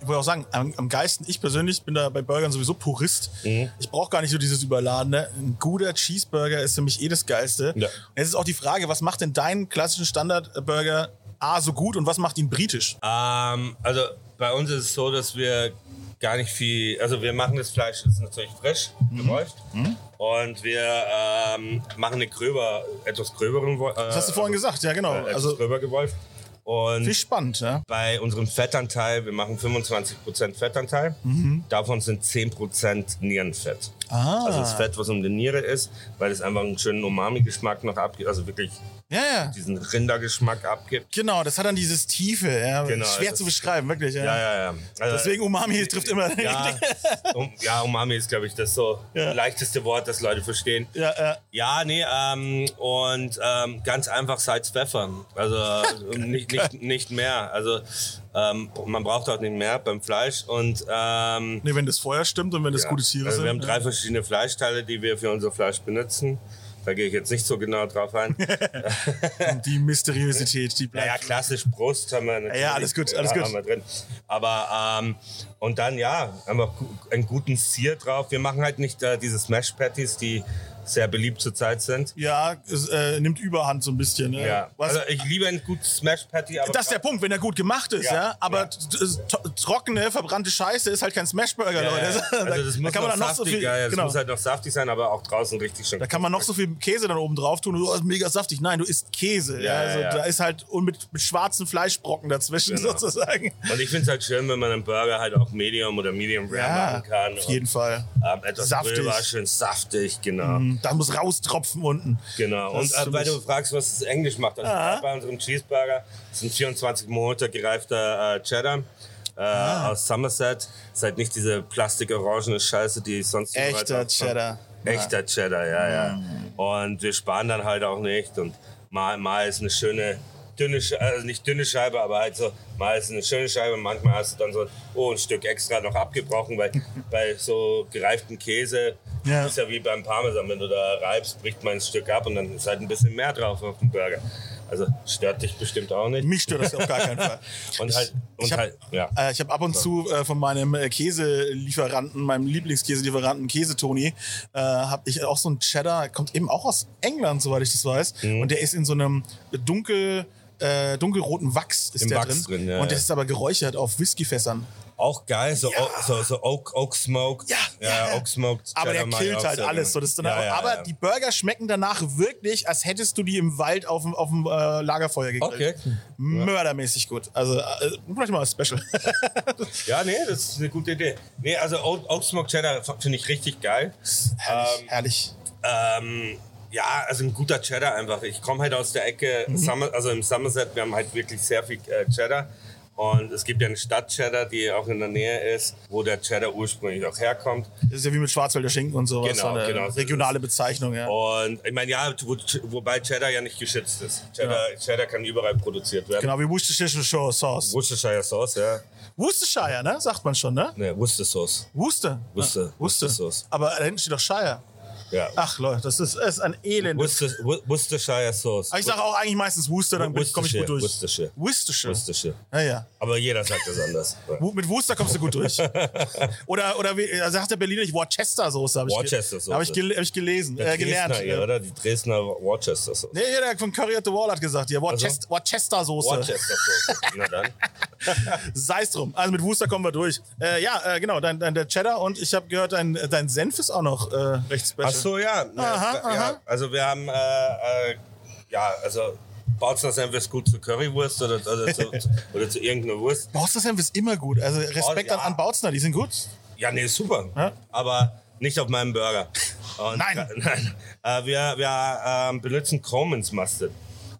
Ich wollte auch sagen, am, am geisten, ich persönlich bin da bei Burgern sowieso Purist. Ich brauche gar nicht so dieses Überladene. Ein guter Cheeseburger ist für mich eh das Geilste. Ja. Und jetzt ist auch die Frage, was macht denn deinen klassischen Standardburger A so gut und was macht ihn britisch? Ähm, also bei uns ist es so, dass wir gar nicht viel, also wir machen das Fleisch, das ist natürlich frisch, Mhm. geräucht. Und wir ähm, machen eine gröber, etwas gröberen Wolf. Das hast du vorhin gesagt, Ah, ja genau. Äh, etwas Also gröber gewolft. Und viel spannend, ja. bei unserem Fettanteil, wir machen 25% Fettanteil, davon sind 10% Nierenfett. Mhm. Ah. Also das Fett, was um die Niere ist, weil es einfach einen schönen Umami-Geschmack noch abgibt, also wirklich Ja, ja. diesen Rindergeschmack abgibt. Genau, das hat dann dieses Tiefe. Ja. Genau, Schwer das- zu beschreiben, wirklich. Ja. Ja, ja, ja. Also- Deswegen Umami trifft immer. Ja, um, ja Umami ist, glaube ich, das so leichteste Wort, das Leute verstehen. ja, ja. Ja, nee, ähm, ähm, und ähm, ganz einfach Salz, Pfeffer. Also äh, nicht, nicht, nicht mehr. Also Ähm, man braucht auch nicht mehr beim Fleisch. Und ähm, Nee, wenn das Feuer stimmt und wenn das ja, gute Tiere also sind. wir haben ja. drei verschiedene Fleischteile, die wir für unser Fleisch benutzen. Da gehe ich jetzt nicht so genau drauf ein. Die Mysteriosität, die bleibt. Naja, klassisch Brust haben wir natürlich. Ja, ja, alles gut, alles äh, gut. Haben wir drin. Aber, ähm, und dann, ja, haben wir gu- einen guten Sear drauf. Wir machen halt nicht äh, diese Smash Patties, die sehr beliebt zurzeit sind. Ja, es äh, nimmt Überhand so ein bisschen. Ne? Ja. Was, Also, ich liebe ein gutes Smash Patty, aber. das ist der Punkt, wenn er gut gemacht ist, ja. Ja, Aber ja. t- t- trockene, verbrannte Scheiße ist halt kein Smashburger, Ja, Leute. ja. Also, das da muss kann man noch dann noch saftig, so viel. ja, ja, das genau. muss halt noch saftig sein, aber auch draußen richtig schön. Da kann man noch so viel Käse dann oben drauf tun. und so, Oh, ist mega saftig. Nein, du isst Käse. Ja, Ja, also ja, ja. da ist halt und mit, mit schwarzen Fleischbrocken dazwischen Genau. sozusagen. Und ich finde es halt schön, wenn man einen Burger halt auch Medium oder Medium Rare machen kann. auf jeden und, Fall. Ähm, Saftig. Mhm. etwas saftig. Drüber, schön saftig, genau. Da muss raustropfen unten. Genau. Das Und ist für äh, weil mich- Ah. du fragst, was es Englisch macht. Also gerade bei unserem Cheeseburger ist ein 24 Monate gereifter äh, Cheddar. Äh, Ah. Aus Somerset. Ist halt nicht diese plastikorange Scheiße, die ich sonst überall Echter draufkommt. Cheddar. Mm. Echter Cheddar, ja, ja. Und wir sparen dann halt auch nicht. Und mal, mal ist eine schöne, dünne, Sche- also nicht dünne Scheibe, aber halt so, mal ist eine schöne Scheibe. Manchmal hast du dann so oh, ein Stück extra noch abgebrochen, weil bei so gereiften Käse Ja. ist ja wie beim Parmesan. Wenn du da reibst, bricht man ein Stück ab und dann ist halt ein bisschen mehr drauf auf dem Burger. Also stört dich bestimmt auch nicht. Mich stört das auf gar keinen Fall. Und halt, und ich hab- halt, ja. Äh, ich habe ab und zu äh, von meinem äh, Käselieferanten, meinem Lieblingskäselieferanten Käsetoni, äh, habe ich auch so einen Cheddar, kommt eben auch aus England, soweit ich das weiß. Mhm. Und der ist in so einem dunkel, äh, dunkelroten Wachs ist Im der Wachs drin. drin, ja, und der ja. ist aber geräuchert auf Whiskyfässern. Auch geil, so, Oak- so, so Oak, Oak Smoked. Ja, ja, ja. Oak Smoked. Aber der Cheddar mag ich killt auch halt sehr alles. So, gerne. das ist dann Ja, auch, ja, aber ja. die Burger schmecken danach wirklich, als hättest du die im Wald auf dem, auf dem äh, Lagerfeuer gegrillt. Okay. Mördermäßig gut. Also, äh, vielleicht mal ein Special. Ja, nee, das ist eine gute Idee. Nee, also Oak, Oak Smoked Cheddar finde ich richtig geil. herrlich, herrlich. Ähm, ja, also ein guter Cheddar einfach. Ich komme halt aus der Ecke, Mhm. Summer, also im Somerset, wir haben halt wirklich sehr viel äh, Cheddar. Und es gibt ja eine Stadt Cheddar, die auch in der Nähe ist, wo der Cheddar ursprünglich auch herkommt. Das ist ja wie mit Schwarzwälder Schinken und sowas. Genau, so eine genau, Oh. so regionale Bezeichnung, ja. Und ich meine, ja, wo, wobei Cheddar ja nicht geschützt ist. Cheddar, Cheddar kann überall produziert werden. Genau, wie Worcestershire Sauce. Worcestershire Sauce, ja. Worcestershire, ne? Sagt man schon, ne? Ne, Worcester Sauce. Worcester. Worcester- Ah, Worcester. Worcestershire. Aber da hinten steht doch Shire. Ja. Ach Leute, das ist, ist ein Elend. Worcester, Wor- Worcestershire Sauce. Aber Ah, ich sage auch eigentlich meistens Worcester, dann komme ich gut durch. Worcestershire. Worcestershire. Worcestershire. Ja, ja. Aber jeder sagt das anders. Wo- äh, Mit Worcester kommst du gut durch. oder oder wie, also sagt der Berliner nicht Worcester-Soße, habe ich, ge- Worcester-Soße. hab ich, gel hab ich gelesen, Der äh, gelernt. Dresdner, ja, ja. oder? Die Dresdner Worcester Sauce. Nee, hier, der von Curry at the Wall hat gesagt, Also? ja, Worcester- Worcester-Soße. Worcester Sauce. Na dann. Sei es drum. Also mit Wooster kommen wir durch. Äh, ja, äh, genau, dein, dein der Cheddar und ich habe gehört, dein, dein Senf ist auch noch äh, recht special. Ach so, ja. Aha, ja, aha. Also wir haben, äh, äh, ja, also Bautzner Senf ist gut zu Currywurst oder, oder, zu, oder zu irgendeiner Wurst. Bautzner Senf ist immer gut. Also Respekt Oh, ja. an, an Bautzner, die sind gut. Ja, nee, super. Ja. Aber nicht auf meinem Burger. Und- Nein. nein. Äh, wir wir ähm, benutzen Coleman's Mustard.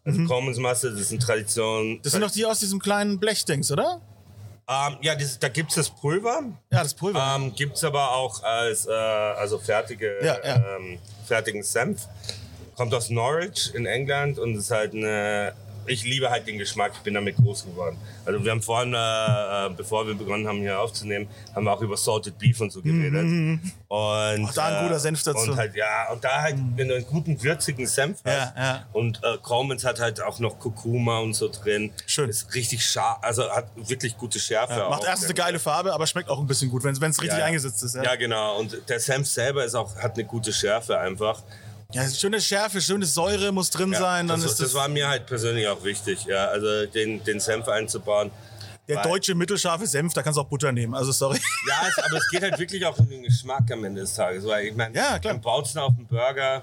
Also Coleman's Mustard ist eine Tradition. Mhm. Das sind doch die aus diesem kleinen Blechdings, oder? ähm, ja, das, da gibt es das Pulver. Ja, das Pulver. Ähm, gibt es aber auch als äh, also fertige, Ja, ja. Ähm, fertigen Senf. Kommt aus Norwich in England und ist halt eine. Ich liebe halt den Geschmack, ich bin damit groß geworden. Also wir haben vorhin, äh, äh, bevor wir begonnen haben hier aufzunehmen, haben wir auch über Salted Beef und so Mhm, geredet. Und da ein äh, guter Senf dazu. Mhm. Und halt, ja, und da halt, wenn du einen guten würzigen Senf hast. Ja, ja. Und äh, Coleman's hat halt auch noch Kurkuma und so drin. Schön. Ist richtig scharf, also hat wirklich gute Schärfe. Ja, auch macht erstens eine drin. geile Farbe, aber schmeckt auch ein bisschen gut, wenn es richtig Ja, ja. eingesetzt ist. Ja, Ja. genau. Und der Senf selber ist auch, hat eine gute Schärfe einfach. Ja, schöne Schärfe, schöne Säure muss drin Ja, sein. Dann das, ist das, das, war mir halt persönlich auch wichtig, ja. Also den, den Senf einzubauen. der deutsche mittelscharfe Senf, da kannst du auch Butter nehmen. Also sorry. Ja, es, aber es geht halt wirklich auch um den Geschmack am Ende des Tages. Weil ich meine, Ja, klar. ein Bautzen auf dem Burger,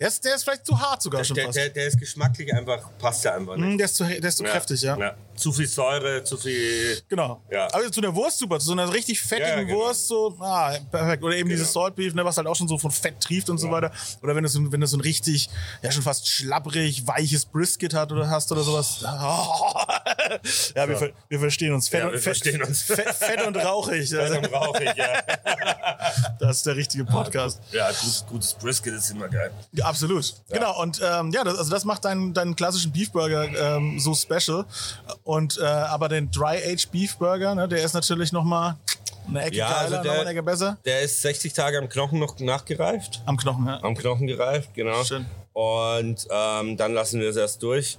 Der ist, der ist vielleicht zu hart sogar schon der, fast. der, der ist geschmacklich einfach, passt ja einfach nicht. Hm, Der ist zu, der ist zu kräftig, ja. Zu viel Säure, zu viel. Genau. Ja. Aber zu einer Wurst super, zu so einer richtig fettigen Ja, ja, genau. Wurst, so, ah, perfekt. Oder eben dieses Salt Beef, ne, was halt auch schon so von Fett trieft und so weiter. Oder wenn du so, ein- wenn du so ein richtig, ja schon fast schlapprig, weiches Brisket hat oder hast oder sowas. Ja, wir, ver- wir verstehen uns. Fett, Ja, und, wir fett, verstehen uns. Fett, fett und rauchig. Dann Also, brauche ich, ja. das ist der richtige Podcast. Ja, gut, gutes Brisket ist immer geil. Ja, absolut. Genau. Und ähm, ja, das, also das macht deinen, deinen klassischen Beefburger ähm, so special. Und, äh, aber den Dry-Aged Beef Burger, ne, der ist natürlich nochmal eine Ecke Ja, geiler, also nochmal eine der, Ecke besser. der ist 60 Tage am Knochen noch nachgereift. Am Knochen, ja. Am Knochen gereift, genau. Schön. Und ähm, dann lassen wir es erst durch.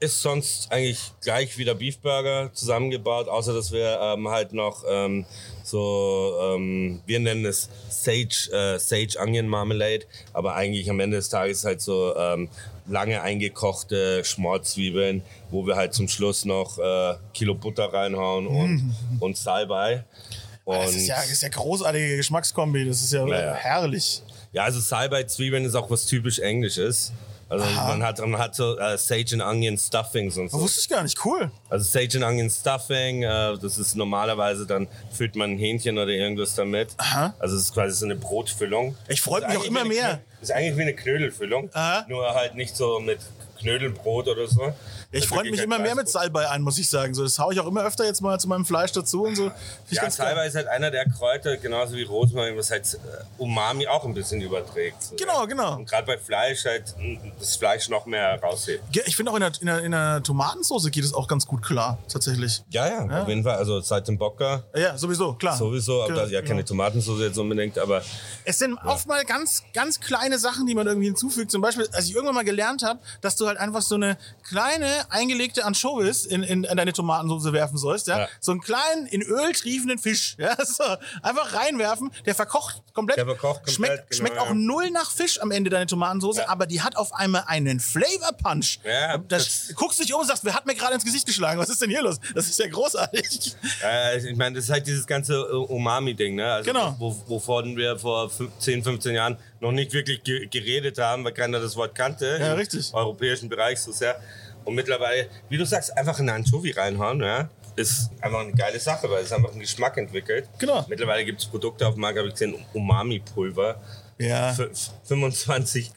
Ist sonst eigentlich gleich wieder Beefburger zusammengebaut, außer dass wir ähm, halt noch ähm, so, ähm, wir nennen es Sage, äh, Sage Onion Marmalade, aber eigentlich am Ende des Tages halt so ähm, lange eingekochte Schmorzwiebeln, wo wir halt zum Schluss noch äh, Kilo Butter reinhauen und, und Salbei. Und Mhm. Ah, Das ist ja, das ist ja großartige Geschmackskombi, das ist ja, ja. herrlich. Ja, also Salbei-Zwiebeln ist auch was typisch Englisches. Also man hat, man hat so äh, Sage and Onion Stuffings und Das so. wusste ich gar nicht, cool. Also Sage and Onion Stuffing, äh, das ist normalerweise, dann füllt man ein Hähnchen oder irgendwas damit. Aha. Also es ist quasi so eine Brotfüllung. Ich freut Ist mich auch eigentlich immer wie eine mehr. Knö- Ist eigentlich wie eine Knödelfüllung, Aha. nur halt nicht so mit Knödelbrot oder so. Ich Also freue wirklich mich ein immer mehr mit Weißbrot. Salbei ein, muss ich sagen. So, das haue ich auch immer öfter jetzt mal zu meinem Fleisch dazu und so. Finde ich Ja, ganz geil. Salbei ist halt einer der Kräuter, genauso wie Rosmarin, was halt äh, Umami auch ein bisschen überträgt. So, Genau, ja. genau. Und gerade bei Fleisch halt mh, das Fleisch noch mehr raushebt. Ja, Ich finde auch in der, in, der, in der Tomatensoße geht es auch ganz gut klar, tatsächlich. Ja, ja, auf jeden Fall. Also seit dem Bocker Ja, sowieso, klar. sowieso, aber da ist ja keine genau. Tomatensauce jetzt unbedingt, aber Es sind oft mal ganz, ganz kleine Sachen, die man irgendwie hinzufügt. Zum Beispiel, als ich irgendwann mal gelernt habe, dass du halt einfach so eine kleine eingelegte Anchovis in, in, in deine Tomatensauce werfen sollst. Ja? Ja. So einen kleinen, in Öl triefenden Fisch. Ja? So, einfach reinwerfen. Der verkocht komplett. Der verkocht komplett, Schmeckt, genau, schmeckt auch ja. null nach Fisch am Ende deine Tomatensauce, aber die hat auf einmal einen Flavor-Punch. Ja, das, das- guckst dich um und sagst, wer hat mir gerade ins Gesicht geschlagen? Was ist denn hier los? Das ist ja großartig. äh, ich meine, das ist halt dieses ganze äh, Umami-Ding, ne? Also, Genau. Wo, wovon wir vor fün- 10, 15 Jahren noch nicht wirklich ge geredet haben, weil keiner das Wort kannte. Ja, im richtig. europäischen Bereich so sehr. Und mittlerweile, wie du sagst, einfach in eine Anchovy reinhauen, ja? Ist einfach eine geile Sache, weil es einfach einen Geschmack entwickelt. Genau. Mittlerweile gibt es Produkte auf dem Markt, habe ich gesehen, um Umami-Pulver. Ja. Fü- 25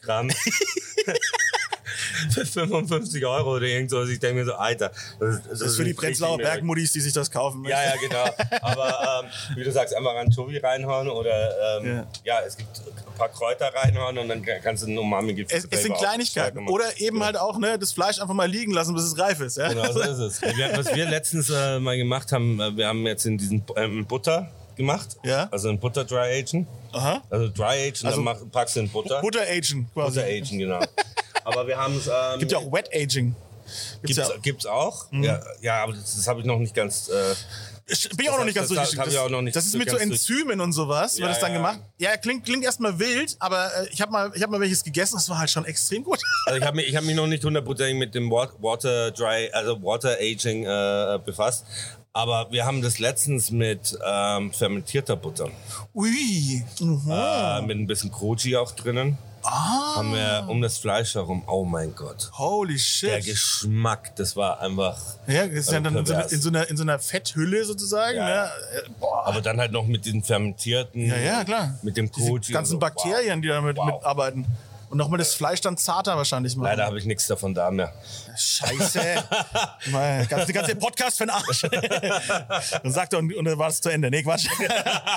Gramm. Für 55 Euro oder irgend sowas. Ich denke mir so, Alter. Das, das ne? Das ist für die Prenzlauer Bergmudis, die sich das kaufen ne? möchten. Ja, ja, genau. Aber ähm, wie du sagst, einmal Anchovy reinhauen oder ähm, ja. es gibt ein paar Kräuter reinhauen und dann kannst du einen umami Es, es sind Kleinigkeiten. Oder eben halt auch ne, das Fleisch einfach mal liegen lassen, bis es reif ist. Ja? Genau, so ist es. Wir, was wir letztens äh, mal gemacht haben, äh, wir haben jetzt in diesen ähm, Butter gemacht. Ja. Also in Butter Dry Aging. Aha. Also Dry Aging, dann mach, packst du in Butter. Butter aging quasi. Butter Aging, genau. Aber wir haben es. Ähm, Gibt ja auch Mhm. Wet Aging. Gibt's Gibt's, halt- ja. gibt's auch. Ja, ja, aber das, das habe ich noch nicht ganz. Äh, Ich bin ich auch noch nicht ganz Das- das durchgestiegen. hab ich auch noch nicht das ist mit so ganz durch- Enzymen und sowas, wird Ja, das dann ja. gemacht. Ja, klingt, klingt erstmal wild, aber äh, ich habe mal, ich hab mal welches gegessen, das war halt schon extrem gut. also ich habe mich, ich hab mich noch nicht hundertprozentig mit dem Wa- Water Dry, also Water Aging äh, befasst. Aber wir haben das letztens mit ähm, fermentierter Butter, Ui. Mhm. äh, mit ein bisschen Koji auch drinnen, Ah, haben wir um das Fleisch herum. Oh mein Gott, holy der shit. Geschmack, das war einfach. Ja, das ist ja Also dann in so, einer, pervers. in, so einer, in so einer Fetthülle sozusagen. Ja, Ja, ja. ne? Äh, Boah. Aber dann halt noch mit den fermentierten, Ja, ja, klar. mit dem Diese Koji, und ganzen so. Bakterien, die damit Wow. mitarbeiten. Und nochmal das Fleisch dann zarter wahrscheinlich machen. Leider habe ich nichts davon da mehr. Scheiße. Meine, ganz, der ganze Podcast für den Arsch. dann sagt er, und, und dann war es zu Ende. Nee, Quatsch.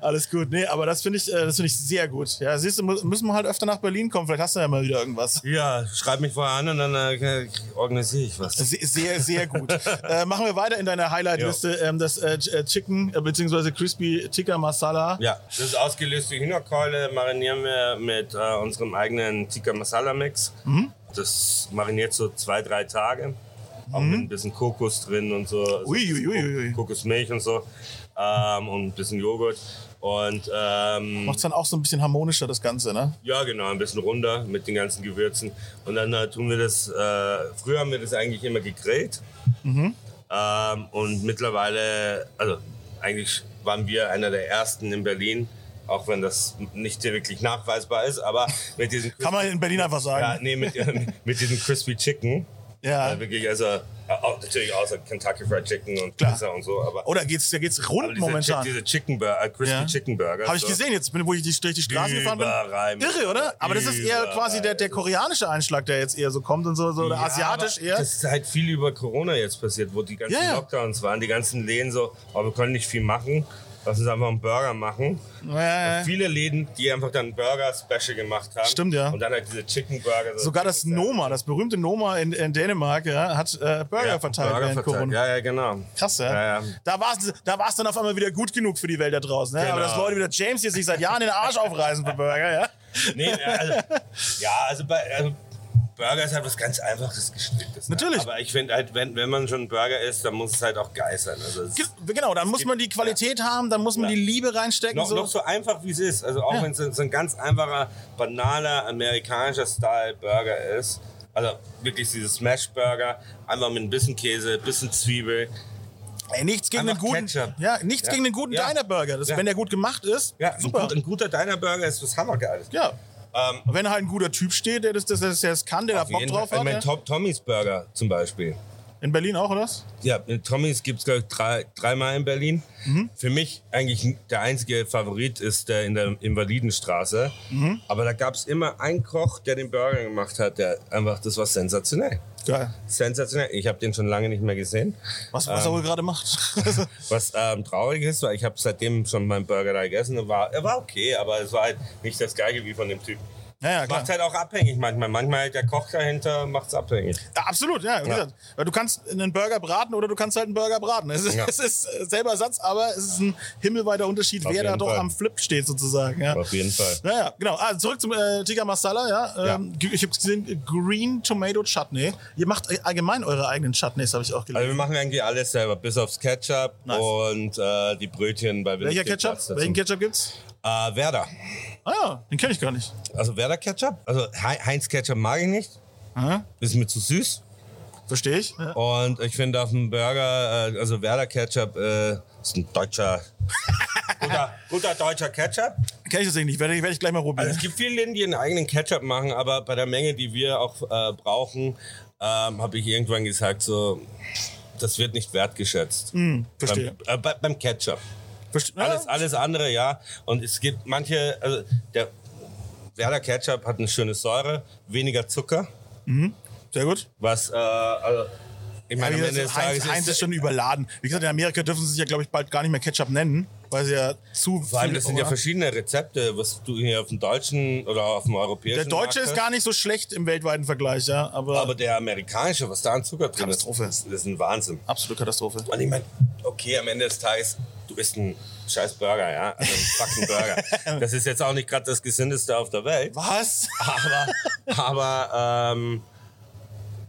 Alles gut. Nee, aber das finde ich, äh, das finde ich sehr gut. Ja, siehst du, mu- müssen wir halt öfter nach Berlin kommen. Vielleicht hast du ja mal wieder irgendwas. Ja, schreib mich vorher an und dann äh, organisiere ich was. Se- Sehr, sehr gut. äh, machen wir weiter in deiner Highlight-Liste. Ähm, das äh, Ch- äh, Chicken äh, bzw. Crispy Tikka Masala. Ja, das ist ausgelöste Hühnerkeule, marinieren wir mit äh, unserem eigenen Tikka Masala Mix. Mhm. Das mariniert so zwei, drei Tage. Auch mit ein bisschen Kokos drin und so. Also Mhm. Ui, ui, ui, ui, ui. Kokosmilch und so. Ähm, und ein bisschen Joghurt. Und ähm, Macht es dann auch so ein bisschen harmonischer, das Ganze, ne? ja, genau, ein bisschen runter mit den ganzen Gewürzen. Und dann äh, tun wir das, äh, früher haben wir das eigentlich immer gegrillt. Mhm. Ähm, und mittlerweile, also eigentlich waren wir einer der ersten in Berlin, auch wenn das nicht wirklich nachweisbar ist, aber mit diesen Kann man in Berlin einfach ja, sagen. nee, mit, äh, mit diesen Crispy Chicken. Ja. Äh, wirklich, also äh, auch, natürlich außer Kentucky Fried Chicken und Klar. Pizza und so, aber, Oder geht's, da geht's aber rund diese, momentan. Chi- diese Chicken Burger, äh, Crispy Ja. Chicken Burger. Habe ich so. gesehen jetzt, bin, wo ich die, durch die Straßen gefahren bin. Überall mit- Irre, oder? Aber das ist eher Überall. quasi der, der koreanische Einschlag, der jetzt eher so kommt und so, so oder Ja, asiatisch aber eher. Das ist halt viel über Corona jetzt passiert, wo die ganzen Ja, ja. Lockdowns waren, die ganzen Läden so, oh, wir können nicht viel machen. Lass uns einfach einen Burger machen. Ja, ja. Viele Läden, die einfach dann ein Burger-Special gemacht haben. Stimmt, ja. Und dann halt diese Chicken Burger. so- Sogar das Noma, das berühmte Noma in, in Dänemark, ja, hat äh, Burger Ja, verteilt Burger während verteilt. Corona. Ja, ja, genau. Krass, ja. Ja, ja. Da war es da war's dann auf einmal wieder gut genug für die Welt da draußen. Ne? Aber Genau. dass Leute wie der James jetzt sich seit Jahren den Arsch aufreißen für Burger, ja. Nee, also, ja, also, bei, also Burger ist halt was ganz Einfaches, Geschnittes. ne? Natürlich. Aber ich finde halt, wenn, wenn man schon einen Burger isst, dann muss es halt auch geil sein. Also, es ist Ge- Genau, dann muss man die Qualität haben, dann muss man die Liebe reinstecken. noch, so. noch so einfach, wie es ist. Also auch Ja. wenn es so so ein ganz einfacher, banaler, amerikanischer Style Burger ist. Also wirklich dieses Smash Burger, einfach mit ein bisschen Käse, bisschen Zwiebel. Ey, nichts gegen den Einfach guten, Ketchup. ja, nichts Ja. gegen den guten Ja. Diner Burger. Das, Ja. Wenn der gut gemacht ist, Ja, super. Ein, gut, ein guter Diner Burger ist was Hammergeiles. ja. Ähm, Und Wenn halt ein guter Typ steht, der das, das, das, das kann, der da auf Bock jeden drauf Fall. hat. Ich Ja. meine, Tom, Tommy's Burger zum Beispiel. In Berlin auch, oder? was? Ja, Tommys gibt es, glaube ich, drei, dreimal in Berlin. Mhm. Für mich eigentlich der einzige Favorit ist der in der Invalidenstraße. Mhm. Aber da gab es immer einen Koch, der den Burger gemacht hat. Der einfach, das war sensationell. Geil. Sensationell. Ich habe den schon lange nicht mehr gesehen. Was, Ähm. was er wohl gerade macht. Also, Was ähm, traurig ist, weil ich habe seitdem schon meinen Burger da gegessen. und War, er war okay, aber es war halt nicht das Gleiche wie von dem Typen. ja, ja, klar. Macht halt auch abhängig manchmal. Manchmal der Koch dahinter macht es abhängig. Ja, absolut, ja. Wie Ja. gesagt, Weil du kannst einen Burger braten oder du kannst halt einen Burger braten. Es ist, Ja. es ist äh, selber Satz, aber es ist ein himmelweiter Unterschied, Auf wer da jeden doch Fall. am Flip steht sozusagen. Ja. Auf jeden Fall. Naja, genau. Ah, zurück zum äh, Tikka Masala, ja. Ähm, Ich habe gesehen, Green Tomato Chutney. Ihr macht allgemein eure eigenen Chutneys, habe ich auch Also wir gelesen. machen eigentlich alles selber, bis aufs Ketchup Nice. und äh, die Brötchen. Weil wir Welcher nicht den Ketchup? Platz dazu- Welchen Ketchup gibt's? Äh, Werder. Ah ja, den kenne ich gar nicht. Also Werder Ketchup. Also Hei- Heinz Ketchup mag ich nicht. Aha, Ist mir zu süß. verstehe ich. Ja. Und ich finde auf dem Burger, äh, also Werder Ketchup äh, ist ein deutscher, guter, guter deutscher Ketchup. Kenne ich deswegen nicht, werde ich, werd ich gleich mal probieren. Also es gibt viele Läden, die ihren eigenen Ketchup machen, aber bei der Menge, die wir auch äh, brauchen, ähm, habe ich irgendwann gesagt, so, das wird nicht wertgeschätzt. Hm, verstehe. Beim, äh, bei, beim Ketchup. Verste- ja. Alles, alles andere, ja. Und es gibt manche, also der Werder Ketchup hat eine schöne Säure, weniger Zucker, Sehr gut. was, äh, also, ich Ja, meine, wie am Ende des gesagt, Heinz, Tages Heinz ist ist, schon überladen. Wie gesagt, in Amerika dürfen sie sich ja, glaube ich, bald gar nicht mehr Ketchup nennen, weil sie ja zu vor allem, viel- das sind ja oder? verschiedene Rezepte, was du hier auf dem deutschen oder auf dem europäischen Der Deutsche Markt ist hast. gar nicht so schlecht im weltweiten Vergleich, ja, aber, Aber der amerikanische, was da an Zucker drin ist, Katastrophe. ist ist ein Wahnsinn. absolute Katastrophe. Und ich meine, okay, am Ende des Tages, du bist ein scheiß Burger, ja? Also ein fucking Burger. Das ist jetzt auch nicht gerade das Gesündeste auf der Welt. Was? Aber, aber ähm,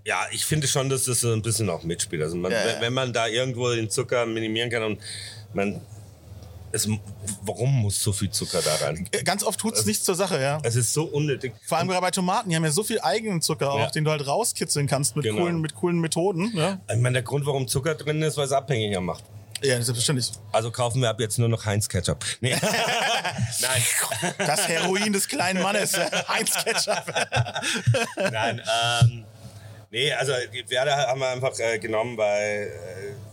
ja, ich finde schon, dass das so ein bisschen auch mitspielt. Also man, Ja, ja. wenn- wenn man da irgendwo den Zucker minimieren kann und man, es, warum muss so viel Zucker da rein? Ganz oft tut's Also- nichts zur Sache, ja. Es ist so unnötig. Vor allem gerade bei Tomaten, die haben ja so viel eigenen Zucker auch, Ja. den du halt rauskitzeln kannst mit, Genau. coolen, mit coolen Methoden. Ja, Ich meine, der Grund, warum Zucker drin ist, weil es abhängiger macht. ja selbstverständlich. Also kaufen wir ab jetzt nur noch Heinz Ketchup. Nee. Nein. Das Heroin des kleinen Mannes, Heinz Ketchup. Nein, ähm, nee, also die Werder haben wir einfach äh, genommen, weil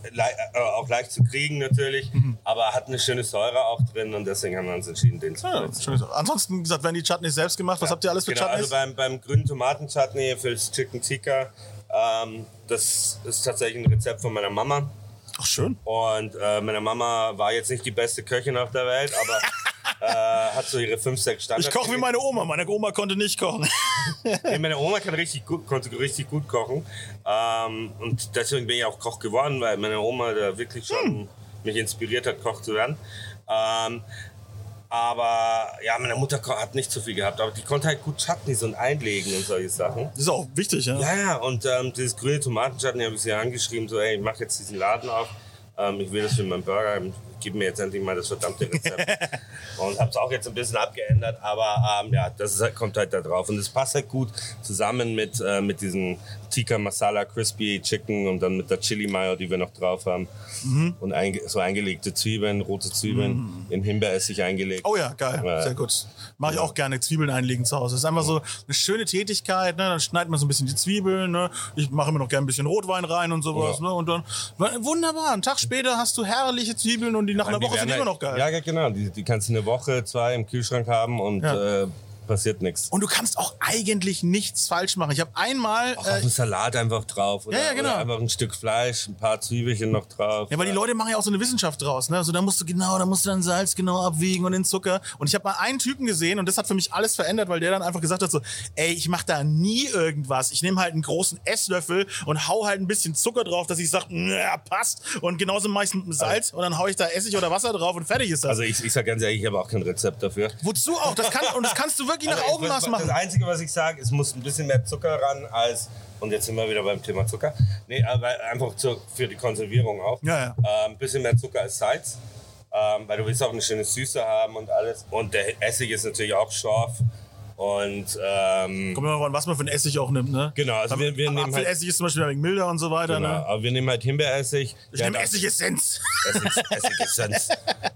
äh, lei- äh, auch leicht zu kriegen natürlich, Mhm. aber hat eine schöne Säure auch drin und deswegen haben wir uns entschieden, den zu Ja, benutzen. schön gesagt. Ansonsten, wie gesagt, werden die Chutneys selbst gemacht. Was Ah, habt ihr alles für Genau, also Chutneys? beim, beim grünen Tomatenchutney fürs Chicken Tikka, ähm, das ist tatsächlich ein Rezept von meiner Mama. Ach, schön. Und äh, meine Mama war jetzt nicht die beste Köchin auf der Welt, aber äh, hat so ihre fünf, sechs Standards. Ich koche wie meine Oma. Meine Oma konnte nicht kochen. Nee, meine Oma kann richtig gut, konnte richtig gut kochen. Ähm, und deswegen bin ich auch Koch geworden, weil meine Oma da wirklich schon Hm. mich inspiriert hat, Koch zu werden. Ähm, aber ja, meine Mutter ko- hat nicht so viel gehabt, aber die konnte halt gut Chutneys und einlegen und solche Sachen. Das ist auch wichtig, ja. Ja, ja, und ähm, dieses grüne Tomatenchutney habe ich sie angeschrieben, so, ey, ich mache jetzt diesen Laden auf. Ähm, ich will das für meinen Burger. Gib mir jetzt endlich mal das verdammte Rezept. und habe es auch jetzt ein bisschen abgeändert, aber ähm, ja, das ist halt, kommt halt da drauf. Und es passt halt gut zusammen mit, äh, mit diesem Tikka Masala Crispy Chicken und dann mit der Chili Mayo, die wir noch drauf haben. Mhm. Und einge so eingelegte Zwiebeln, rote Zwiebeln, in Himbeeressig eingelegt. Oh ja, geil. Ja. Sehr gut. Mache ich auch gerne Zwiebeln einlegen zu Hause. Das ist einfach so eine schöne Tätigkeit. Ne? Dann schneidet man so ein bisschen die Zwiebeln. Ne? Ich mache immer noch gerne ein bisschen Rotwein rein und sowas. Ja. Ne? Und dann wunderbar. Einen Tag später hast du herrliche Zwiebeln und die nach einer Die Woche sind werden immer noch halt- geil. Ja, ja, genau. Die, die kannst du eine Woche, zwei im Kühlschrank haben und Ja. äh, passiert nichts. Und du kannst auch eigentlich nichts falsch machen. Ich habe einmal. Auch auf Äh, einen Salat einfach drauf. Oder, Ja, ja, genau. oder einfach ein Stück Fleisch, ein paar Zwiebelchen noch drauf. ja, weil die Leute machen ja auch so eine Wissenschaft draus, ne? Also da musst du genau, da musst du dann Salz genau abwiegen und den Zucker. Und ich habe mal einen Typen gesehen und das hat für mich alles verändert, weil der dann einfach gesagt hat so, ey, ich mache da nie irgendwas. Ich nehme halt einen großen Esslöffel und hau halt ein bisschen Zucker drauf, dass ich sage, ja, passt. Und genauso mache ich es mit dem Salz und dann hau ich da Essig oder Wasser drauf und fertig ist das. Also ich, ich sag ganz ehrlich, ich habe auch kein Rezept dafür. Wozu auch? Das kann, und das kannst du wirklich nach Also ich Augenmaß würd- machen. Das Einzige, was ich sage, es muss ein bisschen mehr Zucker ran als. Und jetzt sind wir wieder beim Thema Zucker. Nee, aber einfach zur, für die Konservierung auch. Ja, Ähm, ein bisschen mehr Zucker als Salz. Ähm, weil du willst auch eine schöne Süße haben und alles. Und der Essig ist natürlich auch scharf. Und ähm, Kommt immer drauf an, was man für einen Essig auch nimmt, ne? Genau, also wir- wir Aber nehmen halt- Apfelessig ist zum Beispiel ein wenig milder und so weiter, genau. ne? aber wir nehmen halt Himbeeressig. Ich Der nehme hat auch- Essigessenz. Essig, Essigessenz.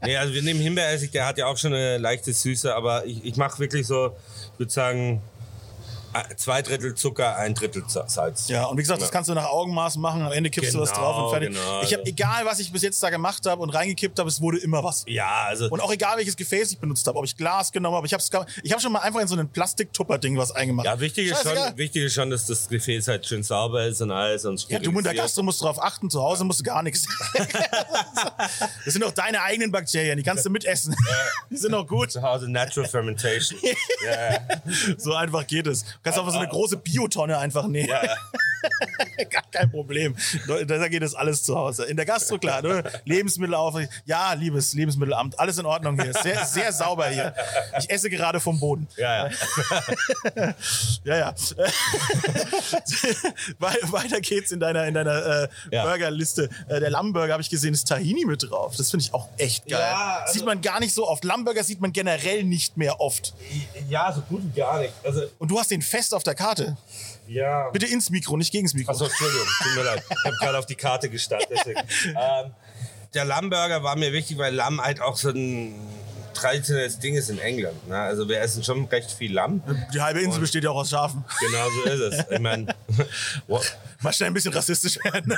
Nee, also wir nehmen Himbeeressig, der hat ja auch schon eine leichte Süße, aber ich, ich mache wirklich so, ich würde sagen, äh, zwei Drittel Zucker, ein Drittel Sa- Salz. Ja, und wie gesagt, das kannst du nach Augenmaß machen, am Ende kippst du was Genau, drauf und fertig. genau. Ich habe, egal was ich bis jetzt da gemacht habe und reingekippt habe, es wurde immer was. Ja, also Und auch egal welches Gefäß ich benutzt habe, ob ich Glas genommen habe, ich habe ich hab schon mal einfach in so ein Plastiktupper-Ding was eingemacht. ja, wichtig, ist schon, Scheißegal. wichtig ist schon, dass das Gefäß halt schön sauber ist und alles. Und Ja, du sterilisiert. Mutter Gastro musst drauf achten, zu Hause musst du gar nichts. Das sind auch deine eigenen Bakterien, die kannst du mitessen. Die sind auch gut. Zu Hause Natural Fermentation. ja, ja. So einfach geht es. Du kannst einfach so eine große Biotonne einfach nehmen. Ja. Gar kein Problem. Da geht es alles zu Hause. In der Gastro, klar. Ne? Lebensmittelaufsicht. Ja, liebes Lebensmittelamt. Alles in Ordnung hier. Sehr, sehr sauber hier. Ich esse gerade vom Boden. ja, ja. Ja, ja. We- Weiter geht's in deiner, in deiner äh, Ja. Burgerliste. Äh, der Lammburger habe ich gesehen, ist Tahini mit drauf. Das finde ich auch echt geil. Ja, also- sieht man gar nicht so oft. Lammburger sieht man generell nicht mehr oft. ja, so gut wie gar nicht. Also, Und du hast den fest auf der Karte. ja. Bitte ins Mikro, nicht gegens Mikro. Achso, Entschuldigung, tut mir leid. Ich habe gerade auf die Karte gestartet. Deswegen. ähm, der Lammburger war mir wichtig, weil Lamm halt auch so ein traditionelles Ding ist in England. Ne? Also wir essen schon recht viel Lamm. Die halbe Insel besteht ja auch aus Schafen. Genau so ist es. Ich meine, what- Mal schnell ein bisschen rassistisch werden.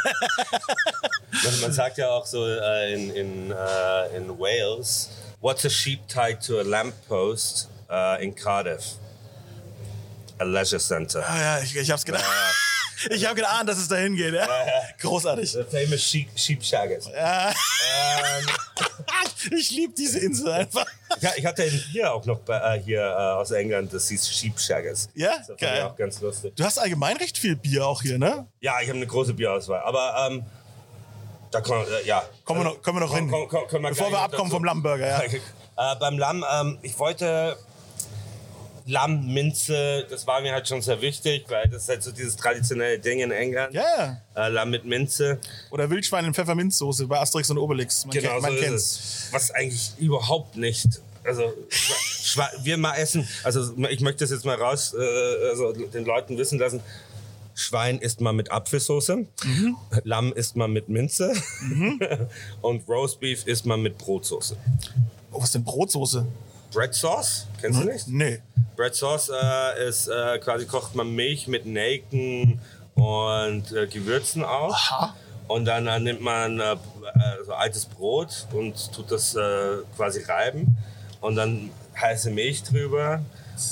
man, man sagt ja auch so äh, in, in, äh, in Wales, what's a sheep tied to a lamppost äh, in Cardiff? A leisure centre. Ah ja, ich, ich hab's gedacht. Ich hab geahnt, dass es dahin geht. Ja? Großartig. The famous sheep, sheep shaggers. Ich liebe diese Insel einfach. Ja, ich hatte hier auch noch bei, äh, hier äh, aus England, das hieß Sheepshaggers. Ja? Das fand Geil. ich auch ganz lustig. Du hast allgemein recht viel Bier auch hier, ne? Ja, ich habe eine große Bierauswahl, aber ähm, da kann man, äh, ja. Kommen wir noch, kommen wir noch hin. Komm, komm, können wir Bevor wir gleich noch abkommen dazu. vom Lammburger, ja. Äh, beim Lamm, ähm, ich wollte Lamm, Minze, das war mir halt schon sehr wichtig, weil das ist halt so dieses traditionelle Ding in England. Ja, ja. Äh, Lamm mit Minze. Oder Wildschwein in Pfefferminzsoße bei Asterix und Obelix. Man, Genau kennt, so man ist kennt's. es. Was eigentlich überhaupt nicht. Also schwa- schwa- wir mal essen. Also ich möchte das jetzt mal raus, äh, also den Leuten wissen lassen. Schwein isst man mit Apfelsoße, Mhm. Lamm isst man mit Minze und Roastbeef isst man mit Brotsoße. Oh, was denn Brotsoße? Bread Sauce, kennst du Mhm. nicht? Nee. Bread Sauce äh, ist äh, quasi kocht man Milch mit Nelken und äh, Gewürzen auf. Aha. Und dann äh, nimmt man äh, äh, so altes Brot und tut das äh, quasi reiben. Und dann heiße Milch drüber.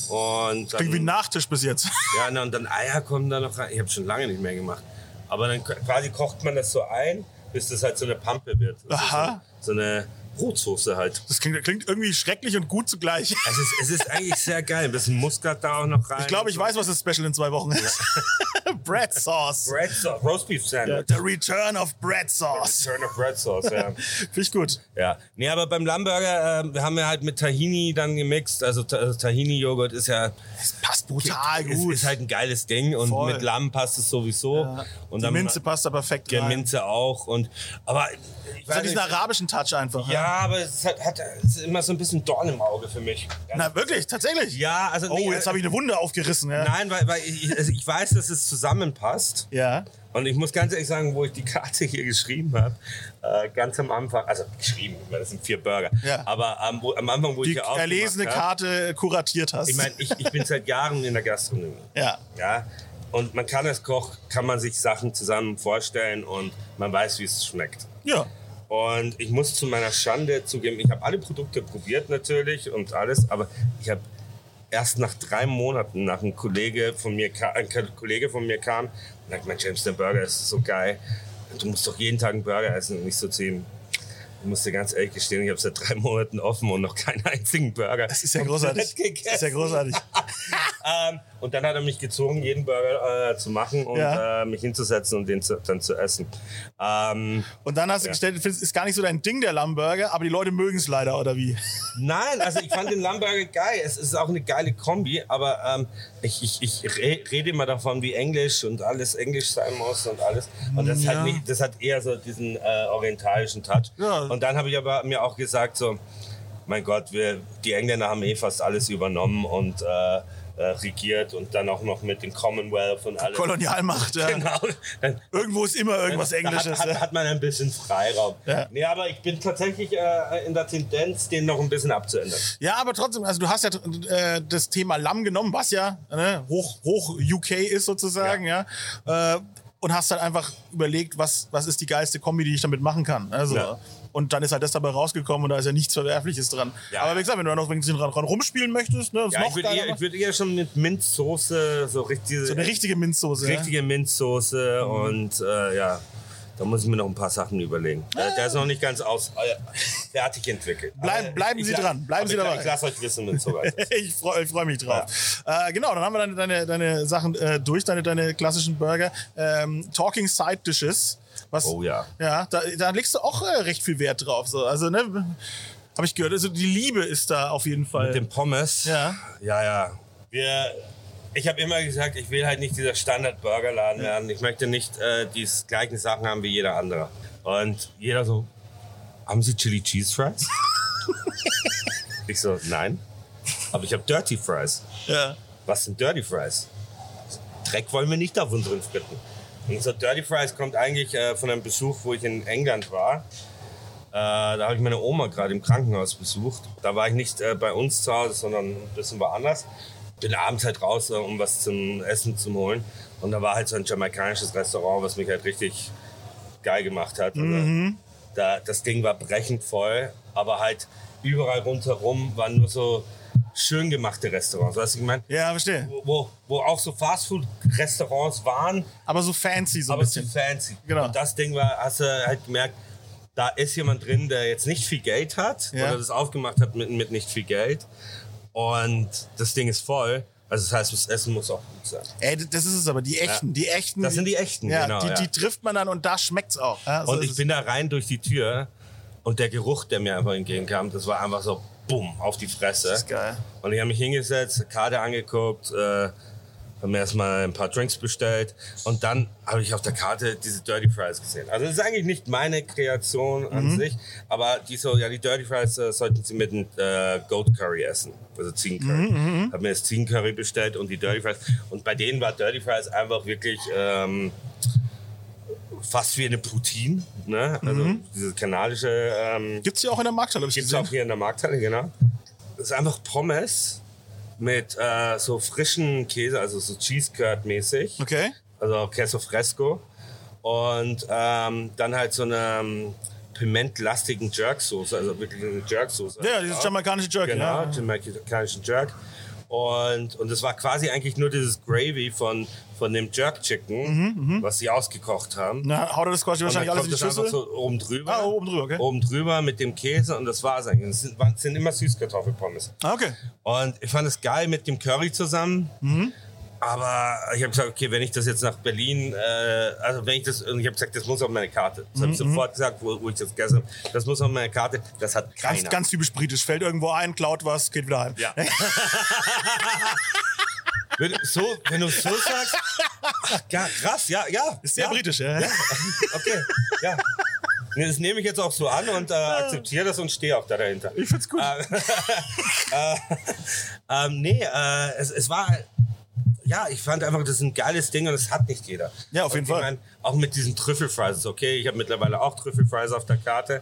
Und Klingt wie ein dann, Nachtisch bis jetzt. ja, na, und dann Eier kommen da noch rein. Ich habe schon lange nicht mehr gemacht. Aber dann qu- quasi kocht man das so ein, bis das halt so eine Pampe wird. Das ist Aha. So, so eine Brotsoße halt. Das klingt, klingt irgendwie schrecklich und gut zugleich. Es ist, es ist eigentlich sehr geil. Ein bisschen Muskat da auch noch rein. Ich glaube, ich weiß, was das Special in zwei Wochen ist. Bread Sauce. Bread Sauce, Roast Beef Sandwich. The Return of Bread Sauce. Turn of Bread Sauce, ja. Finde ich gut. ja. Nee, aber beim Lammburger äh, haben wir halt mit Tahini dann gemixt. Also, Ta also Tahini-Joghurt ist ja Das passt brutal ist, Ah, gut. ist halt ein geiles Ding und Voll. mit Lamm passt es sowieso. Und Die dann Minze halt passt da perfekt der rein. Minze auch. Und, aber ich Das weiß hat diesen nicht, arabischen Touch einfach. ja, aber es hat, hat es ist immer so ein bisschen Dorn im Auge für mich. Na wirklich, tatsächlich. Ja, also Oh, nee, äh, jetzt habe ich eine Wunde aufgerissen. Ja. Nein, weil, weil ich, also ich weiß, dass es zusammenpasst. Ja. Und ich muss ganz ehrlich sagen, wo ich die Karte hier geschrieben habe, äh, ganz am Anfang, also geschrieben, ich meine, das sind vier Burger, Ja. aber am- wo, am Anfang, wo ich Die hier aufgemacht erlesene hab, Karte kuratiert hast. Ich meine, ich, ich bin seit Jahren in der Gastronomie. ja. Ja. Und man kann als Koch, kann man sich Sachen zusammen vorstellen und man weiß, wie es schmeckt. Ja. Und ich muss zu meiner Schande zugeben, ich habe alle Produkte probiert natürlich und alles, aber ich habe erst nach drei Monaten nach ein Kollege von mir, ka- ein Kollege von mir kam und sagt, mein James, der Burger ist so geil. Du musst doch jeden Tag einen Burger essen und nicht so zu ihm. Ich muss dir ganz ehrlich gestehen, ich habe seit drei Monaten offen und noch keinen einzigen Burger. Das ist ja großartig. Das ist ja großartig. Ähm, und dann hat er mich gezwungen, jeden Burger äh, zu machen und Ja. äh, mich hinzusetzen und den zu, dann zu essen. Ähm, Und dann hast du gestellt, du findest, ist gar nicht so dein Ding, der Lammburger, aber die Leute mögen es leider, oder wie? Nein, also ich fand den Lamberger geil. Es ist auch eine geile Kombi, aber ähm, ich, ich, ich re rede immer davon, wie Englisch und alles Englisch sein muss und alles. Und das, Ja. hat, nicht, das hat eher so diesen äh, orientalischen Touch. Ja. Und dann habe ich aber mir auch gesagt, so, mein Gott, wir, die Engländer haben eh fast alles übernommen und äh, äh, regiert und dann auch noch mit dem Commonwealth und alles. Kolonialmacht, ja. Genau. Dann, Irgendwo ist immer irgendwas da Englisches. Hat, ja. hat, hat man ein bisschen Freiraum. Ja. Nee, aber ich bin tatsächlich äh, in der Tendenz, den noch ein bisschen abzuändern. Ja, aber trotzdem, also du hast ja äh, das Thema Lamm genommen, was ja ne, hoch, hoch UK ist sozusagen, ja. Äh, und hast dann einfach überlegt, was, was ist die geilste Kombi, die ich damit machen kann. Also, Ja. Und dann ist halt das dabei rausgekommen und da ist ja nichts Verwerfliches dran. Ja. Aber wie gesagt, wenn du da noch ein bisschen dran dran rumspielen möchtest, ne, ist Ja, ich noch würde geiler. eher, ich würd eher schon mit Minzsoße, so richtige, so eine richtige Mhm. Minzsoße. ja. richtige Minzsoße und äh, ja, da muss ich mir noch ein paar Sachen überlegen. Äh, Der, der ist noch nicht ganz aus, äh, fertig entwickelt. Bleib- Aber bleiben ich Sie la- dran, bleiben aber Sie ich la- dabei. Ich lasse euch wissen, wenn es soweit ist. Ich freue freu mich drauf. Äh, genau, dann haben wir deine, deine, deine Sachen äh, durch, deine, deine klassischen Burger. Ähm, Talking Side Dishes. Was, Oh ja. Ja, da, da legst du auch äh, recht viel Wert drauf. So. Also, ne, habe ich gehört. Also, die Liebe ist da auf jeden Fall. Mit dem Pommes. Ja. Ja, ja. Wir, ich habe immer gesagt, ich will halt nicht dieser Standard-Burgerladen werden. Ich möchte nicht äh, die gleichen Sachen haben wie jeder andere. Und jeder so, haben Sie Chili Cheese Fries? ich so, nein. Aber ich habe Dirty Fries. ja. Was sind Dirty Fries? Dreck wollen wir nicht auf unseren Fritten. Und so Dirty Fries kommt eigentlich äh, von einem Besuch, wo ich in England war. Äh, da habe ich meine Oma gerade im Krankenhaus besucht. Da war ich nicht äh, bei uns zu Hause, sondern ein bisschen woanders. Bin abends halt raus, äh, um was zum Essen zu holen. Und da war halt so ein jamaikanisches Restaurant, was mich halt richtig geil gemacht hat. Also, da, das Ding war brechend voll, aber halt überall rundherum waren nur so schön gemachte Restaurants. Weißt du, was ich meine? ja, verstehe. wo- wo, wo auch so Fastfood-Restaurants waren, Aber so fancy so ein aber zu bisschen. fancy. Genau. Und das Ding war, hast du halt gemerkt, da ist jemand drin, der jetzt nicht viel Geld hat Ja. oder das aufgemacht hat mit, mit nicht viel Geld. Und das Ding ist voll. Also das heißt, das Essen muss auch gut sein. Ey, das ist es aber, die echten, Ja. die echten. Das sind die echten, ja, genau, Die, ja. die trifft man dann und da schmeckt's auch. Ja, so Und ist ich es. bin da rein durch die Tür und der Geruch, der mir einfach entgegenkam, das war einfach so bumm auf die Fresse. Das ist geil. Und ich habe mich hingesetzt, Karte angeguckt, äh, habe mir erstmal ein paar Drinks bestellt und dann habe ich auf der Karte diese Dirty Fries gesehen. Also das ist eigentlich nicht meine Kreation an sich, aber die so, ja die Dirty Fries äh, sollten sie mit einem äh, Goat Curry essen, also Ziegencurry. Habe mir das Ziegencurry bestellt und die Dirty Fries und bei denen war Dirty Fries einfach wirklich ähm, fast wie eine Poutine, ne? also diese kanadische ähm, Gibt's ja auch in der Markthalle, hab ich Gibt's gesehen. auch hier in der Markthalle, genau. Das ist einfach Pommes mit äh, so frischen Käse, also so Cheese Curd mäßig. Okay. Also Queso Fresco. Und ähm, dann halt so eine ähm, pimentlastigen Jerksoße, also wirklich eine Jerksoße. Ja, dieses jamaikanische Jerky. ne? Genau, Ja. jamaicanischen Jerk. Und, und das war quasi eigentlich nur dieses Gravy von, von dem Jerk Mhm, Chicken, was sie ausgekocht haben. Na, haut er das quasi Und dann wahrscheinlich alles in die kommt das Schüssel. einfach so oben drüber. Ah, oben drüber, okay. Oben drüber mit dem Käse und das war's eigentlich. Das sind, waren- sind immer Süßkartoffelpommes. Ah, okay. Und ich fand es geil mit dem Curry zusammen. Mhm. Aber ich habe gesagt, okay, wenn ich das jetzt nach Berlin, äh, also wenn ich das, und ich habe gesagt, das muss auf meine Karte. Das habe ich Mhm, sofort gesagt, wo, wo ich das gegessen habe. Das muss auf meine Karte. Das hat Ganz, keiner. ganz typisch britisch. Fällt irgendwo ein, klaut was, geht wieder heim. Ja. wenn, du- so, wenn du so sagst, ach, ja, krass, ja, ja. Ist sehr ja. britisch, ja. Okay, ja. Nee, Das nehme ich jetzt auch so an und äh, akzeptiere das und stehe auch da dahinter. Äh, Ich find's gut. Ähm, nee, äh, es, es war. Ja, ich fand einfach, das ist ein geiles Ding und das hat nicht jeder. Ja, auf Und jeden ich Fall. mein, auch mit diesen Trüffelfries, okay, ich habe mittlerweile auch Trüffelfries auf der Karte.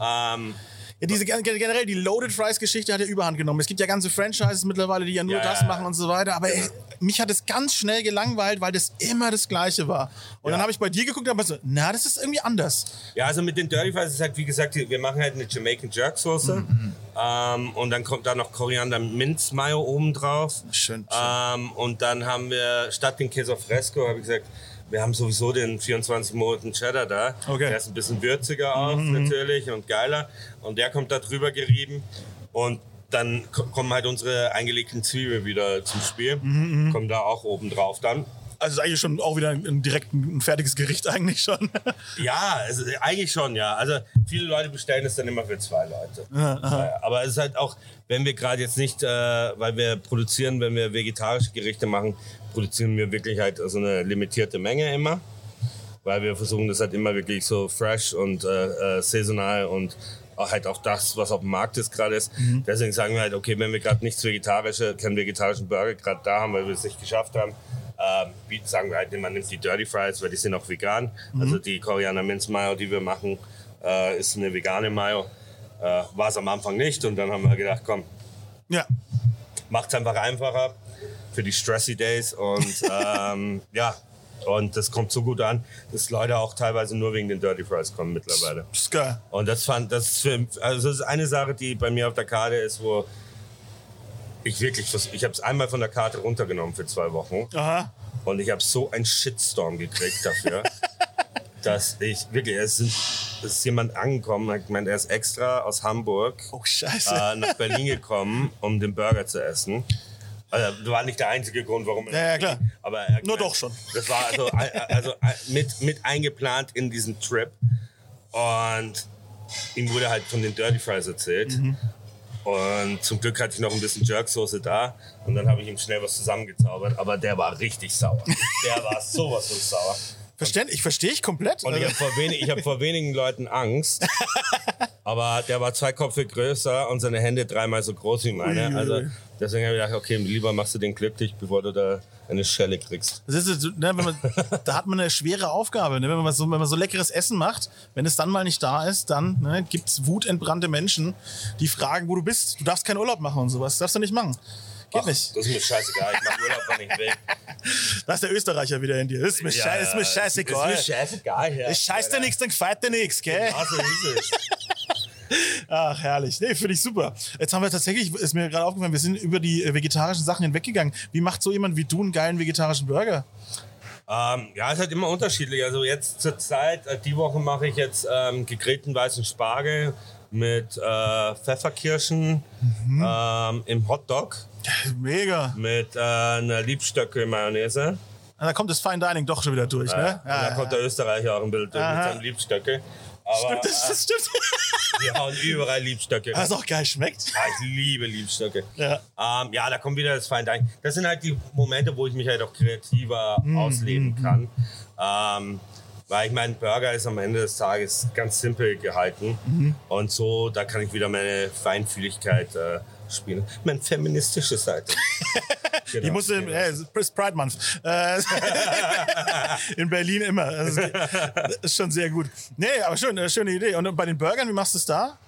Ähm, Ja, diese gen- gen- generell, die Loaded Fries-Geschichte hat ja überhand genommen. Es gibt ja ganze Franchises mittlerweile, die ja Genau. nur Ja, das ja, machen ja. und so weiter. Aber ey, mich hat es ganz schnell gelangweilt, weil das immer das Gleiche war. Und dann habe ich bei dir geguckt und habe so, na, das ist irgendwie anders. Ja, also mit den Dirty Fries ist halt, wie gesagt, wir machen halt eine Jamaican Jerk Soße. Mhm. Ähm, und dann kommt da noch Koriander Minz Mayo oben drauf. Schön, schön. Ähm, und dann haben wir statt den Queso Fresco, habe ich gesagt, wir haben sowieso den 24 Monaten Cheddar da. Okay. Mhm. Der ist ein bisschen würziger auch natürlich und geiler. Und der kommt da drüber gerieben. Und dann ko- kommen halt unsere eingelegten Zwiebeln wieder zum Spiel. Mhm, Kommen da auch oben drauf dann. Also ist eigentlich schon auch wieder ein, ein direkt ein fertiges Gericht eigentlich schon. Ja, es ist- eigentlich schon, ja. Also viele Leute bestellen es dann immer für zwei Leute. Ja, Aber es ist halt auch, wenn wir gerade jetzt nicht, äh, weil wir produzieren, wenn wir vegetarische Gerichte machen, produzieren wir wirklich halt so eine limitierte Menge immer. Weil wir versuchen das halt immer wirklich so fresh und äh, äh, saisonal und auch halt auch das, was auf dem Markt ist gerade ist. Deswegen sagen wir halt, okay, wenn wir gerade nichts vegetarische, keinen vegetarischen Burger gerade da haben, weil wir es nicht geschafft haben, ähm, wie- sagen wir halt, man nimmt die Dirty Fries, weil die sind auch vegan. Also die Koreaner Mince Mayo, die wir machen, äh, ist eine vegane Mayo. Äh, War es am Anfang nicht und dann haben wir gedacht, komm, ja. macht es einfach einfacher für die Stressy Days und ähm, ja. Und das kommt so gut an, dass Leute auch teilweise nur wegen den Dirty Fries kommen mittlerweile. Ist geil. Und das fand, das ist, für, also das ist eine Sache, die bei mir auf der Karte ist, wo ich wirklich, vers- ich habe es einmal von der Karte runtergenommen für zwei Wochen Aha. und ich habe so einen Shitstorm gekriegt dafür, dass ich wirklich, es sind- es ist jemand angekommen, hat gemeint, er ist extra aus Hamburg Oh, scheiße. äh, nach Berlin gekommen, um den Burger zu essen. Also, war nicht der einzige Grund, warum er. Ja, ja, klar. Aber er Nur doch schon. Das war also, also mit, mit eingeplant in diesen Trip. Und ihm wurde halt von den Dirty Fries erzählt. Mhm. Und zum Glück hatte ich noch ein bisschen Jerksoße da. Und dann habe ich ihm schnell was zusammengezaubert. Aber der war richtig sauer. Der war sowas von sauer. Verständlich, verstehe ich komplett. Also Und ich habe vor, wenig, ich hab vor wenigen Leuten Angst. Aber der war zwei Köpfe größer und seine Hände dreimal so groß wie meine. Also deswegen habe ich gedacht, okay, lieber machst du den glücklich, bevor du da eine Schelle kriegst. Das ist, so, ne, wenn man, da hat man eine schwere Aufgabe. Ne? Wenn, man so, wenn man so leckeres Essen macht, wenn es dann mal nicht da ist, dann ne, gibt es wutentbrannte Menschen, die fragen, wo du bist. Du darfst keinen Urlaub machen und sowas. Darfst du nicht machen. Geht nicht. Das ist mir scheißegal, ich mach Urlaub, wann ich will. Da ist der Österreicher wieder in dir. Das ist mir, schei ist mir scheißegal. Genau. Ist mir scheißegal, ja. Ich scheiß dir nichts, dann gefällt dir nichts, gell? Also ist es. Ach, herrlich. Nee, finde ich super. Jetzt haben wir tatsächlich, ist mir gerade aufgefallen, wir sind über die äh, vegetarischen Sachen hinweggegangen. Wie macht so jemand wie du einen geilen vegetarischen Burger? Ähm, ja, es ist halt immer unterschiedlich. Also jetzt zur Zeit, äh, die Woche mache ich jetzt ähm, gegrillten weißen Spargel mit äh, Pfefferkirschen Mhm. ähm, im Hotdog Mega. mit äh, einer Liebstöckel-Mayonnaise. Ah, Da kommt das Fine Dining doch schon wieder durch, ne? Und da kommt der Österreicher auch ein bisschen durch mit Aha. seinem Liebstöckel. Aber Stimmt, das, das stimmt. die hauen überall Liebstöcke. rein. Was auch geil schmeckt. Ah, ich liebe Liebstöcke. Ja. Ähm, ja, da kommt wieder das Feind ein. Das sind halt die Momente, wo ich mich halt auch kreativer Mhm, ausleben kann. Ähm, weil ich meine, Burger ist am Ende des Tages ganz simpel gehalten. Mhm. Und so, da kann ich wieder meine Feinfühligkeit äh, spielen. Meine feministische Seite. genau. Die musste, Genau. äh, ist Pride Month. Äh, in Berlin immer. Also, das ist schon sehr gut. Nee, aber schön, äh, schöne Idee. Und bei den Burgern, wie machst du es da?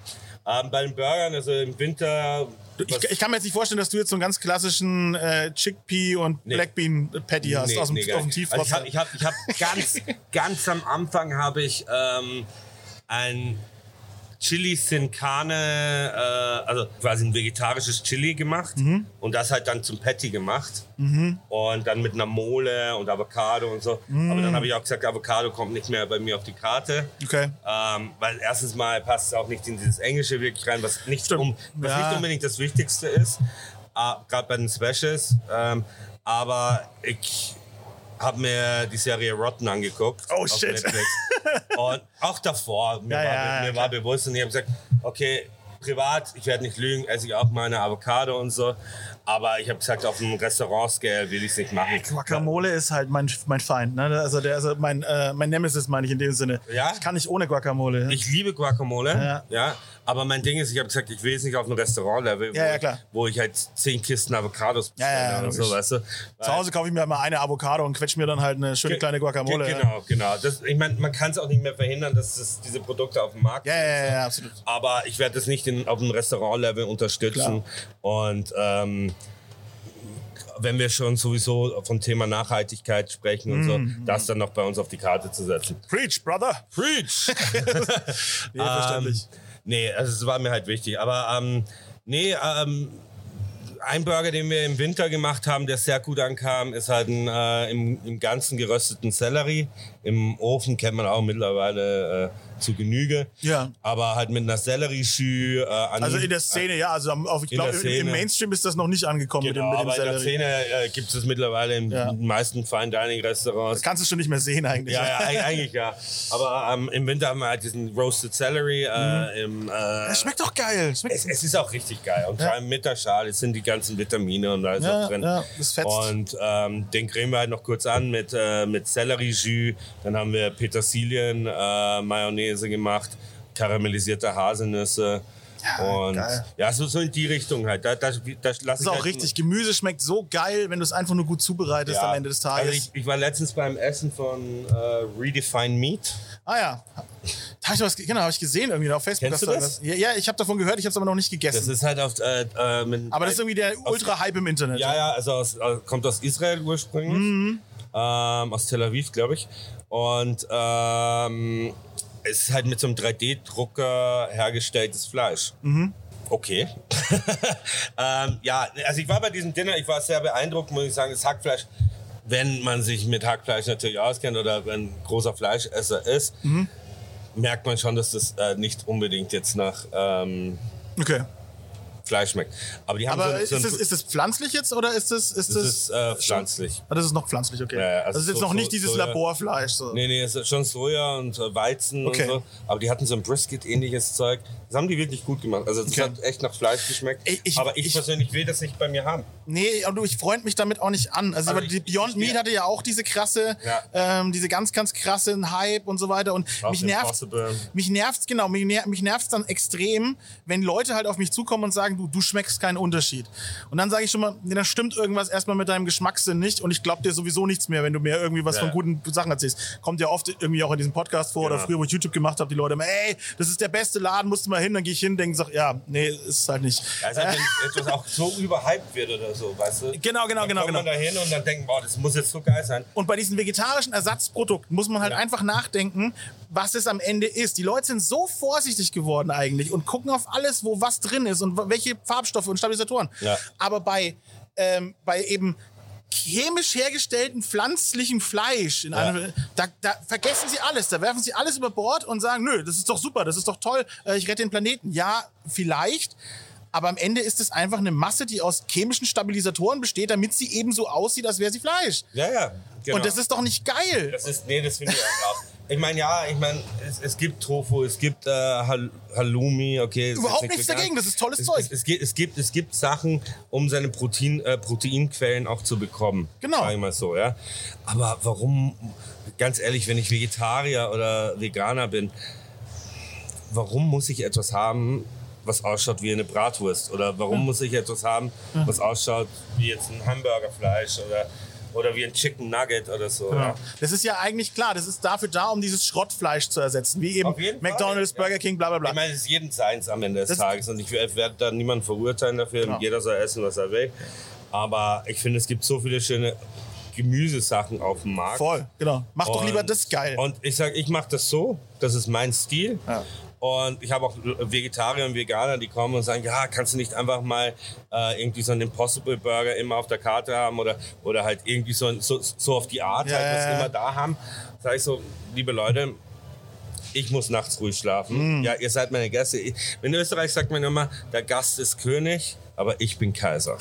Ähm, bei den Burgern, also im Winter. Ich, ich kann mir jetzt nicht vorstellen, dass du jetzt so einen ganz klassischen äh, Chickpea und Nee. Black Bean Patty hast Nee, aus dem, nee, gar aus dem nicht. Tiefrost. Also ich habe ich hab, ich hab ganz, ganz am Anfang habe ich ähm, ein Chili Sin Carne, äh, also quasi ein vegetarisches Chili gemacht Mhm. und das halt dann zum Patty gemacht und dann mit einer Mole und Avocado und so. Aber Mhm. dann habe ich auch gesagt, Avocado kommt nicht mehr bei mir auf die Karte. okay. Ähm, weil erstens mal passt es auch nicht in dieses Englische wirklich rein, was nicht, Stimmt. um, was Ja. nicht unbedingt das Wichtigste ist, äh, gerade bei den Specials. Ähm, aber ich habe mir die Serie Rotten angeguckt. Oh, auf shit. Netflix. Und auch davor, mir, Ja, war, ja, mir ja, war bewusst und ich habe gesagt, okay, privat, ich werde nicht lügen, esse ich auch meine Avocado und so. Aber ich habe gesagt, auf dem Restaurant-Scale will ich es nicht machen. Guacamole ist halt mein, mein Feind. Ne? Also, der, also mein, äh, mein Nemesis meine ich in dem Sinne. Ja? Ich kann nicht ohne Guacamole. Ich liebe Guacamole. Ja. Ja. Aber mein Ding ist, ich habe gesagt, ich will jetzt nicht auf ein Ja, Restaurant-Level, wo, ja, ich- klar. wo ich halt zehn Kisten Avocados Ja, ja, bestelle ja, und so, logisch. weißt du. Zu Hause kaufe ich mir halt mal eine Avocado und quetsche mir dann halt eine schöne kleine Guacamole. ja. Genau, genau. Das, ich meine, man kann es auch nicht mehr verhindern, dass es diese Produkte auf dem Markt Ja, sind. ja, ja, ja, absolut. Aber ich werde das nicht in, auf dem Restaurant-Level unterstützen. Und ähm, wenn wir schon sowieso vom Thema Nachhaltigkeit sprechen und Mhm, so, das dann noch bei uns auf die Karte zu setzen. Preach, Brother. Preach! Ähm, Nee, verständlich. Nee, also es war mir halt wichtig. Aber ähm, nee, ähm, ein Burger, den wir im Winter gemacht haben, der sehr gut ankam, ist halt ein, äh, im, im ganzen gerösteten Sellerie. Im Ofen kennt man auch mittlerweile äh, zu Genüge. Ja. Aber halt mit einer Sellerie-Schü. Äh, an- Also in der Szene, ja. Also am- auf, ich In der glaube, im Szene. Mainstream ist das noch nicht angekommen Genau, mit dem, aber mit dem in der Sellerie. Szene äh, gibt es mittlerweile in Ja. den meisten Fine-Dining-Restaurants. Kannst du schon nicht mehr sehen eigentlich. Ja, ja, eig- eigentlich ja. Aber ähm, im Winter haben wir halt diesen Roasted Celery. Äh, im, äh, Mhm. Das schmeckt doch geil. Das Schmeckt es, es ist auch richtig geil. Und vor allem mit der Schale sind die ganzen Vitamine und alles Ja, auch drin. ja, das fetzt. Und ähm, den cremen wir halt noch kurz an mit, äh, mit Sellerie-Jus. Dann haben wir Petersilien, äh, Mayonnaise gemacht, karamellisierte Haselnüsse. und geil. ja, so, so in die Richtung halt. Da, da, da lass halt das ist auch richtig. Gemüse schmeckt so geil, wenn du es einfach nur gut zubereitest am Ende des Tages. Also ich, ich war letztens beim Essen von äh, Redefined Meat. ah ja. Da hab ich was, ge- genau, habe ich gesehen irgendwie auf Facebook. Kennst dass du da das? was- Ja, ja, ich habe davon gehört, ich habe es aber noch nicht Das gegessen. ist halt auf. Äh, äh, mit, aber das ist irgendwie der Ultra-Hype im Internet. Ja, ja, also aus, aus, kommt aus Israel ursprünglich. Mhm. Ähm, aus Tel Aviv, glaube ich. Und ähm, es ist halt mit so einem 3D-Drucker hergestelltes Fleisch. Mhm. Okay. ähm, ja, also ich war bei diesem Dinner, ich war sehr beeindruckt, muss ich sagen, das Hackfleisch. Wenn man sich mit Hackfleisch natürlich auskennt oder wenn ein großer Fleischesser ist, Mhm. merkt man schon, dass das äh, nicht unbedingt jetzt nach ähm, Okay. Fleisch schmeckt. Aber die haben Aber so, ist, so es, ist es pflanzlich jetzt oder ist es. Ist das ist äh, pflanzlich. Ah, das ist noch pflanzlich, okay. Ja, ja, also das ist jetzt so- noch so- nicht dieses so, ja. Laborfleisch. So. Nee, nee, es ist schon Soja und äh, Weizen Oh. Okay. und so. Aber die hatten so ein Brisket-ähnliches Zeug. Das haben die wirklich gut gemacht. Also es Okay. hat echt nach Fleisch geschmeckt. Ich- ich- aber ich, ich- persönlich will das nicht bei mir haben. Nee, aber du, ich freund mich damit auch nicht an. Also, Also aber ich- die Beyond ich- Meat hatte ja auch diese krasse, Ja. ähm, diese ganz, ganz krassen Hype und so weiter. Und Fast mich nervt, Impossible. mich nervt's, genau, mich, ner mich nervt's dann extrem, wenn Leute halt auf mich zukommen und sagen, du, du schmeckst keinen Unterschied. Und dann sage ich schon mal, nee, da stimmt irgendwas erstmal mit deinem Geschmackssinn nicht und ich glaube dir sowieso nichts mehr, wenn du mir irgendwie was Ja. von guten Sachen erzählst. Kommt ja oft irgendwie auch in diesem Podcast vor oder Genau. früher, wo ich YouTube gemacht habe, die Leute immer, ey, das ist der beste Laden, musst du mal hin, dann gehe ich hin, denke, sag, ja, nee, ist halt nicht. Also wenn etwas auch so überhyped wird oder so, weißt du? Genau, genau, dann genau, kommt man genau. da hin und dann denkt, boah, das muss jetzt so geil sein. Und bei diesen vegetarischen Ersatzprodukten muss man halt einfach nachdenken, was es am Ende ist. Die Leute sind so vorsichtig geworden eigentlich und gucken auf alles, wo was drin ist und welche Farbstoffe und Stabilisatoren. Ja. Aber bei, ähm, bei eben chemisch hergestellten pflanzlichem Fleisch, in einem, da, da vergessen sie alles, da werfen sie alles über Bord und sagen, nö, das ist doch super, das ist doch toll, äh, ich rette den Planeten. Ja, vielleicht. Aber am Ende ist es einfach eine Masse, die aus chemischen Stabilisatoren besteht, damit sie eben so aussieht, als wäre sie Fleisch. Ja, ja. Genau. Und das ist doch nicht geil. Das ist, nee, das finde ich auch raus. Ich meine, ja, ich meine, es, es gibt Tofu, es gibt äh, Hal- Halloumi, okay. es ist Überhaupt jetzt nicht nichts vegan. dagegen, das ist tolles es, Zeug. Es, es, gibt, es, gibt, es gibt Sachen, um seine Protein, äh, Proteinquellen auch zu bekommen. Genau. Sag ich mal so, ja. Aber warum, ganz ehrlich, wenn ich Vegetarier oder Veganer bin, warum muss ich etwas haben, was ausschaut wie eine Bratwurst? Oder Hm. warum muss ich etwas haben, was ausschaut wie jetzt ein Hamburgerfleisch oder, oder wie ein Chicken Nugget oder so? Genau. Ja. Das ist ja eigentlich klar, das ist dafür da, um dieses Schrottfleisch zu ersetzen, wie eben Auf jeden Fall, McDonald's, ja. Burger King, bla bla Ich bla. meine, es ist jedem seins am Ende des Das- Tages und ich werde da niemanden verurteilen dafür. Genau. Jeder soll essen, was er will. Aber ich finde, es gibt so viele schöne Gemüsesachen auf dem Markt. Voll, genau. Mach doch Und- lieber das geil. Und ich sage, ich mache das so, das ist mein Stil. Ja. Und ich habe auch Vegetarier und Veganer, die kommen und sagen, ja, kannst du nicht einfach mal äh, irgendwie so einen Impossible Burger immer auf der Karte haben oder, oder halt irgendwie so, ein- so, so auf die Art, Ja, halt, was ja, ja. immer da haben. Sag ich so, liebe Leute, ich muss nachts ruhig Mm. schlafen. Ja, ihr seid meine Gäste. Ich- In Österreich sagt man immer, der Gast ist König, aber ich bin Kaiser.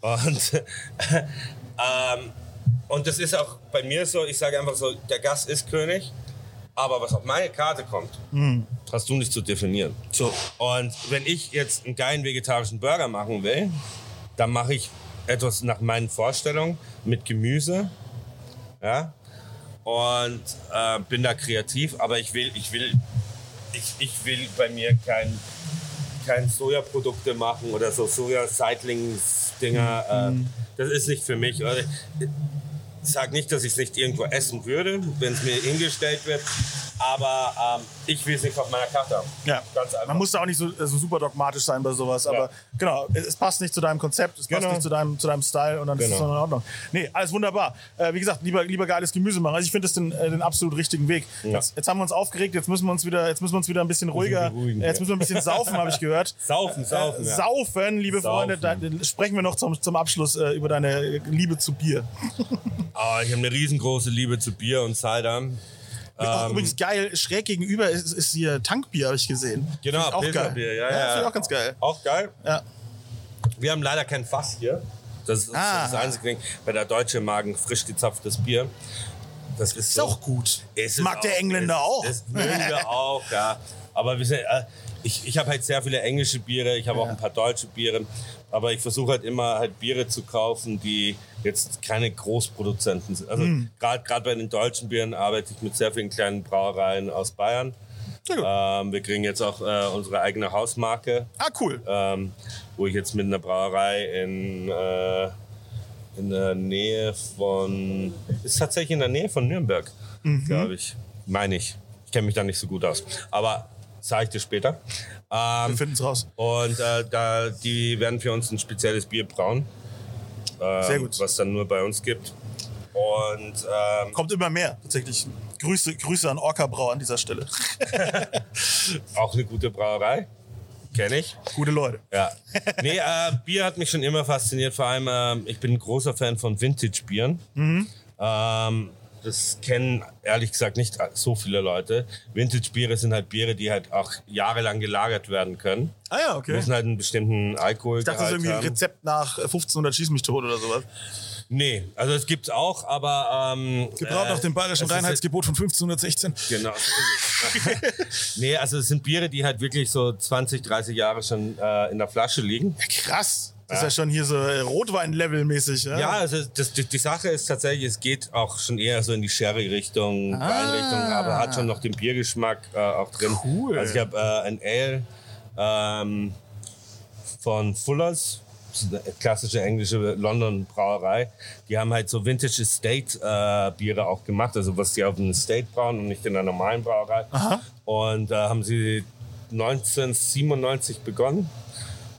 und, ähm, und das ist auch bei mir so, ich sage einfach so, der Gast ist König, aber was auf meine Karte kommt, hast du nicht zu definieren. So. Und wenn ich jetzt einen geilen vegetarischen Burger machen will, dann mache ich etwas nach meinen Vorstellungen mit Gemüse. Ja? Und äh, bin da kreativ, aber ich will, ich will ich, ich will bei mir kein, kein Sojaprodukte machen oder so Soja-Zeitlings-Dinger. Mhm. Äh, das ist nicht für mich. Also, ich sag nicht, dass ich es nicht irgendwo essen würde, wenn es mir hingestellt wird. Aber ähm, ich will es nicht auf meiner Karte haben. Ja, Ganz einfach. man muss da auch nicht so, also super dogmatisch sein bei sowas, aber genau, es, es passt nicht zu deinem Konzept, es passt Genau. nicht zu deinem, zu deinem Style und dann ist es Genau. noch in Ordnung. Nee, alles wunderbar. Äh, wie gesagt, lieber, lieber geiles Gemüse machen. Also ich finde das den, äh, den absolut richtigen Weg. Jetzt, jetzt haben wir uns aufgeregt, jetzt müssen wir uns wieder, jetzt müssen wir uns wieder ein bisschen ruhiger, beruhigen, äh, jetzt ja. müssen wir ein bisschen saufen, habe ich gehört. Saufen, saufen. Äh, ja. Saufen, liebe Saufen. Freunde, dann sprechen wir noch zum, zum Abschluss äh, über deine Liebe zu Bier. Ah, ich habe eine riesengroße Liebe zu Bier und Cider. Genau, Ähm. Auch übrigens geil, schräg gegenüber ist, ist hier Tankbier, habe ich gesehen. Genau, Find ich auch geil. Pilsnerbier, ja, Finde ja. ich auch ganz geil. Auch geil. Ja. Wir haben leider kein Fass hier. Das ist Ah. das einzige Ding. Bei der deutsche Magen frisch gezapftes Bier. Das ist, Ist auch gut. Es ist Mag der auch- Engländer es, auch. Das mögen wir auch, ja. Aber wir sind, äh, ich, ich habe halt sehr viele englische Biere, ich habe auch ein paar deutsche Biere. Aber ich versuche halt immer halt Biere zu kaufen, die jetzt keine Großproduzenten sind. Also Hm. gerade gerade bei den deutschen Bieren arbeite ich mit sehr vielen kleinen Brauereien aus Bayern. gut. Ähm, wir kriegen jetzt auch äh, unsere eigene Hausmarke Ah, cool. ähm, wo ich jetzt mit einer Brauerei in, äh, in der Nähe von. Ist tatsächlich in der Nähe von Nürnberg, Mhm. glaube ich. Meine ich. Ich kenne mich da nicht so gut aus. Aber sage ich dir später. Wir Ähm, finden es raus. und äh, da, die werden für uns ein spezielles Bier brauen. ähm, Sehr gut. Was dann nur bei uns gibt. Und ähm, Kommt immer mehr, tatsächlich. Grüße, Grüße an Orca Brau an dieser Stelle. auch eine gute Brauerei. Kenne ich. Gute Leute. Ja. Nee, äh, Bier hat mich schon immer fasziniert. Vor allem, ähm, ich bin ein großer Fan von Vintage-Bieren. Mhm. Ähm, das kennen ehrlich gesagt nicht so viele Leute. Vintage-Biere sind halt Biere, die halt auch jahrelang gelagert werden können. Ah ja, okay. Müssen halt einen bestimmten Alkohol. Ich dachte, das ist irgendwie ein Rezept nach äh, 1500 Schieß mich tot oder sowas. Äh, Nee, also es gibt's auch, aber. Ähm, Gebraut äh, nach dem bayerischen es ist halt- Reinheitsgebot von 1516. Genau. nee, also es sind Biere, die halt wirklich so 20, 30 Jahre schon äh, in der Flasche liegen. Krass. Das ist ja schon hier so äh, Rotwein-Level-mäßig. Ja? Ja, also das, die, die Sache ist tatsächlich, es geht auch schon eher so in die Sherry-Richtung, Ah. Weinrichtung, aber hat schon noch den Biergeschmack äh, auch drin. Cool. Also ich habe äh, ein Ale ähm, von Fuller's, das ist eine klassische englische London-Brauerei. Die haben halt so Vintage Estate-Biere auch gemacht, also was die auf dem Estate brauen und nicht in einer normalen Brauerei. Und da haben sie 1997 begonnen.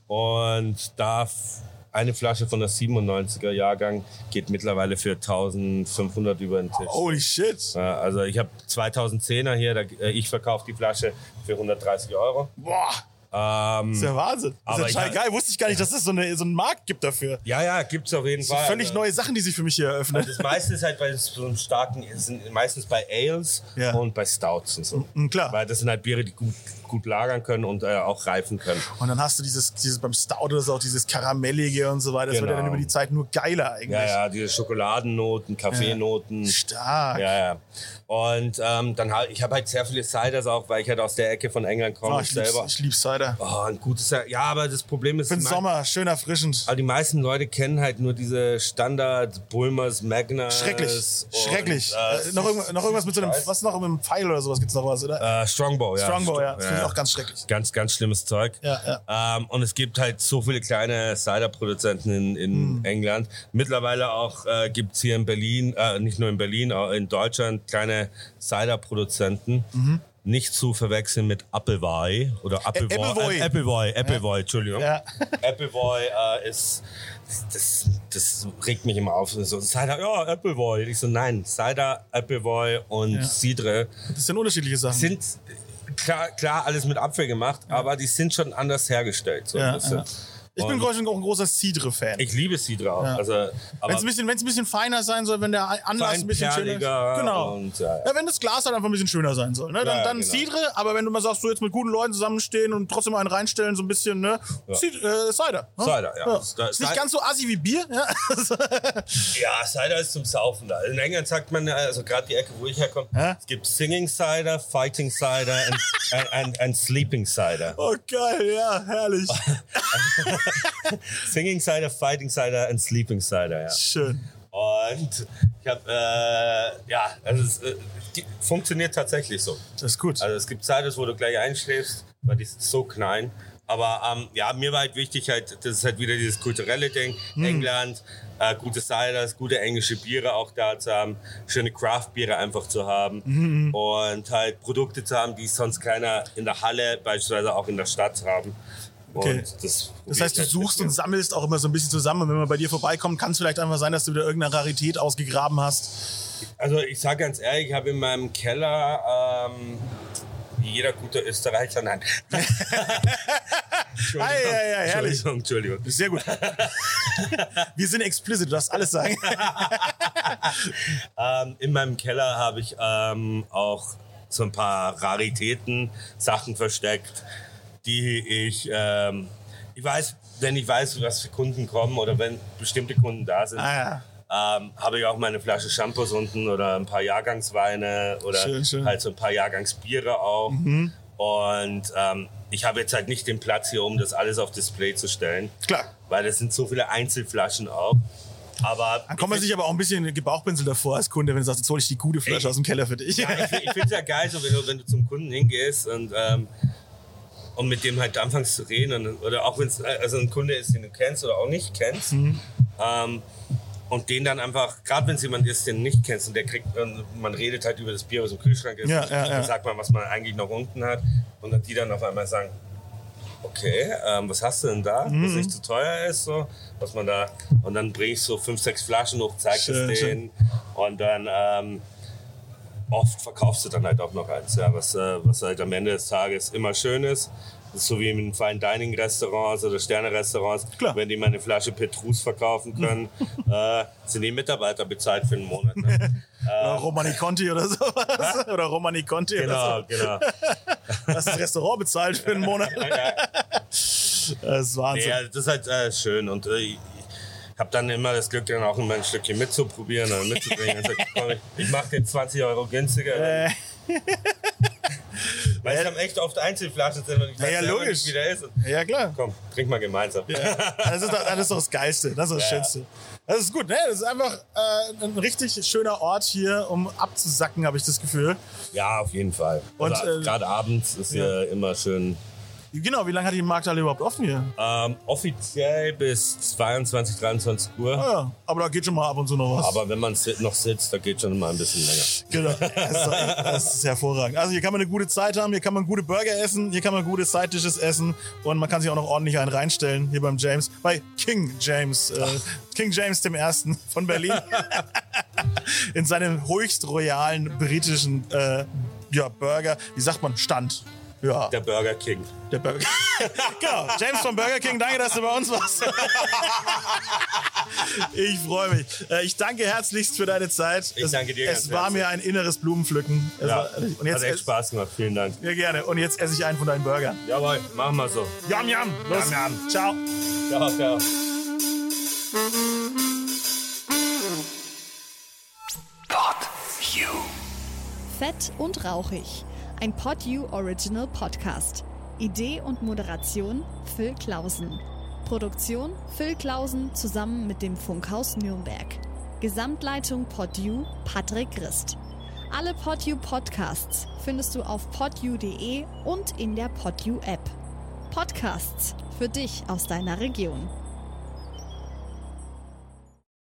Und da f- eine Flasche von der 97er Jahrgang geht mittlerweile für 1500 über den Tisch. Holy shit. Ja, Also ich habe 2010er hier, da, äh, ich verkaufe die Flasche für 130 Euro. Boah. Ähm, Ist ja Wahnsinn. Das Aber ist ich ja total hab- geil. Wusste ich gar nicht, dass es so, eine, so einen Markt gibt dafür. ja, ja, gibt's auf jeden Das sind Fall. völlig Also, neue Sachen, die sich für mich hier eröffnen. Das meiste ist halt bei so einem starken, sind meistens bei Ales Ja. und bei Stouts und so. Mhm, klar. Weil das sind halt Biere, die gut, gut lagern können und äh, auch reifen können. Und dann hast du dieses, dieses beim Stout oder so auch dieses Karamellige und so weiter. Das wird ja Genau. dann über die Zeit nur geiler eigentlich. Ja, ja, diese Schokoladennoten, Kaffeenoten. Stark. Ja, ja. Und ähm, dann halt, ich habe halt sehr viele Ciders auch, weil ich halt aus der Ecke von England komme Oh, ich ich, lieb's, selber. ich lieb's Cider. Oh, ein gutes Cider. Ja, aber das Problem ist, Für den die mei- Sommer, schön erfrischend. aber die meisten Leute kennen halt nur diese Standard Bulmers, Magna. Schrecklich. Schrecklich. Äh, noch, irgend- noch irgendwas mit so einem, was ist noch mit einem Pfeil oder sowas gibt's noch was, oder? Äh, Strongbow, ja. Strongbow, ja. St- Das finde ich auch ganz schrecklich. Ganz, ganz schlimmes Zeug. Ja, Ähm, und es gibt halt so viele kleine Cider-Produzenten in, in Hm. England. Mittlerweile auch äh, gibt es hier in Berlin, äh, nicht nur in Berlin, auch in Deutschland kleine Cider-Produzenten. Mhm. Nicht zu verwechseln mit Appleboy oder Appleboy. Appleboy. Äh, Appleboy, Appleboy, Entschuldigung. Ja. Appleboy äh, ist, das, das regt mich immer auf. So, Cider, ja, Appleboy. Ich so, nein, Cider, Appleboy und Cidre Das sind unterschiedliche Sachen. sind klar, klar alles mit Apfel gemacht, aber die sind schon anders hergestellt. So Ja, ein bisschen. ja. ich bin Und groß- auch ein großer Cidre-Fan. ich liebe Sidra auch. Also, aber Wenn es ein, bisschen- wenn's ein bisschen feiner sein soll, wenn der Anlass ein bisschen schöner ist. Feinperliger Genau. und, ja, ja. ja, wenn das Glas halt einfach ein bisschen schöner sein soll. Ne? Dann, ja, dann genau. Cidre, aber wenn du mal sagst, du jetzt mit guten Leuten zusammenstehen und trotzdem einen reinstellen, so ein bisschen, ne? Cidre, äh, Cider. Ne? Cider, ja. Ist nicht ganz so assi wie Bier. Ja? ja, Cider ist zum Saufen da. In England sagt man, also gerade die Ecke, wo ich herkomme, Hä? es gibt Singing Cider, Fighting Cider and, and, and, and Sleeping Cider. oh, geil, ja, herrlich. Singing Cider, Fighting Cider and Sleeping Cider, ja. Schön. Und ich habe, äh, ja, also es äh, die- funktioniert tatsächlich so. Das ist gut. Also es gibt Zeiten, wo du gleich einschläfst, weil die sind so klein. Aber ähm, ja, mir war halt wichtig, halt, das ist halt wieder dieses kulturelle Ding. Hm. England, äh, gute Ciders, gute englische Biere auch da zu haben, schöne Craft-Biere einfach zu haben Mhm. und halt Produkte zu haben, die sonst keiner in der Halle, beispielsweise auch in der Stadt haben. Okay. Und das, halt Das heißt, du suchst und sagst. sammelst auch immer so ein bisschen zusammen. Und wenn man bei dir vorbeikommt, kann es vielleicht einfach sein, dass du wieder irgendeine Rarität ausgegraben hast. Also ich sage ganz ehrlich, ich habe in meinem Keller, ähm, wie jeder gute Österreicher, nein. Entschuldigung, Ei, ei, ei, herrlich. Entschuldigung, Entschuldigung. Sehr gut. Wir sind explicit, du darfst alles sagen. Ähm, in meinem Keller habe ich ähm, auch so ein paar Raritäten, Sachen versteckt, die ich, ähm, ich weiß, wenn ich weiß, was für Kunden kommen oder wenn bestimmte Kunden da sind, Ah, ja. ähm, habe ich auch meine Flasche Shampoos unten oder ein paar Jahrgangsweine oder Schön, schön. Mhm. halt so ein paar Jahrgangsbiere auch. Und ähm, ich habe jetzt halt nicht den Platz hier, um das alles auf Display zu stellen, Klar. weil das sind so viele Einzelflaschen auch. Aber Dann kommt man ich- sich aber auch ein bisschen gebauchpinselt davor als Kunde, wenn du sagst, jetzt hole ich die gute Flasche aus dem Keller für dich. Ja, ich, ich finde es ja geil, so wenn du, wenn du zum Kunden hingehst und, ähm, und mit dem halt anfängst zu reden. Und, oder auch wenn es also ein Kunde ist, den du kennst oder auch nicht kennst. Mhm. Ähm, und den dann einfach, gerade wenn es jemand ist, den du nicht kennst und der kriegt, und man redet halt über das Bier, was im Kühlschrank ist, Ja, ja, ja. dann sagt man, was man eigentlich noch unten hat. Und dann die dann auf einmal sagen, okay, ähm, was hast du denn da, Mhm. was nicht zu teuer ist, so, was man da, und dann bringe ich so fünf, sechs Flaschen hoch, zeig es Schön, denen und dann ähm, oft verkaufst du dann halt auch noch eins, ja, was, äh, was halt am Ende des Tages immer schön ist. Das ist so wie in Fine Dining Restaurants oder Sterne Restaurants, Klar. wenn die mal eine Flasche Petrus verkaufen können, äh, sind die Mitarbeiter bezahlt für einen Monat. Ne? Oder Romani Conti oder sowas. Oder Romani Conti genau, oder genau. so. Dass das Restaurant bezahlt für einen Monat. Ja. Das ist Wahnsinn. Ja, das ist halt äh, schön und äh, ich habe dann immer das Glück, dann auch immer ein Stückchen mitzuprobieren oder mitzubringen. Und sag, komm, ich- ich mache den 20 Euro günstiger. Äh, Weil es haben echt oft Einzelflaschen sind und ich weiß Ja, ja, selber logisch. nicht, wie der ist. Und, ja, klar. komm, trink mal gemeinsam. Das ist, doch, das ist doch das Geilste, das ist das Schönste. Das ist gut, ne? Das ist einfach äh, ein richtig schöner Ort hier, um abzusacken, habe ich das Gefühl. Ja, auf jeden Fall. Und, also, äh, Gerade abends ist ja. ja immer schön. Genau, wie lange hat die Markthalle überhaupt offen hier? Ähm, offiziell bis 22, 23 Uhr. Ah, ja, aber da geht schon mal ab und zu noch was. Aber wenn man sit- noch sitzt, da geht schon mal ein bisschen länger. Genau. Das ist, doch- das ist hervorragend. Also hier kann man eine gute Zeit haben, hier kann man gute Burger essen, hier kann man gute Side-Dishes essen und man kann sich auch noch ordentlich einen reinstellen hier beim James, bei King James, äh, King James dem Ersten von Berlin. In seinem höchst royalen britischen äh, ja, Burger, wie sagt man, Stand. Ja, Der Burger King. der Burger. genau, James vom Burger King, danke, dass du bei uns warst. ich freue mich. Äh, Ich danke herzlichst für deine Zeit. Ich Es- danke dir Es ganz war mir ein inneres Blumenpflücken. Es Ja, war, und jetzt hat echt ess, Spaß gemacht. Vielen Dank. ja, gerne. Und jetzt esse ich einen von deinen Burgern. Jawohl, machen wir so. Yam, yam. Los. Yum, yum. Ciao. Ciao, ciao. Pod You. Fett und rauchig. Ein PodU Original Podcast. Idee und Moderation Phil Klausen. Produktion Phil Klausen zusammen mit dem Funkhaus Nürnberg. Gesamtleitung PodU Patrick Christ. Alle PodU Podcasts findest du auf podu.de und in der PodU App. Podcasts für dich aus deiner Region.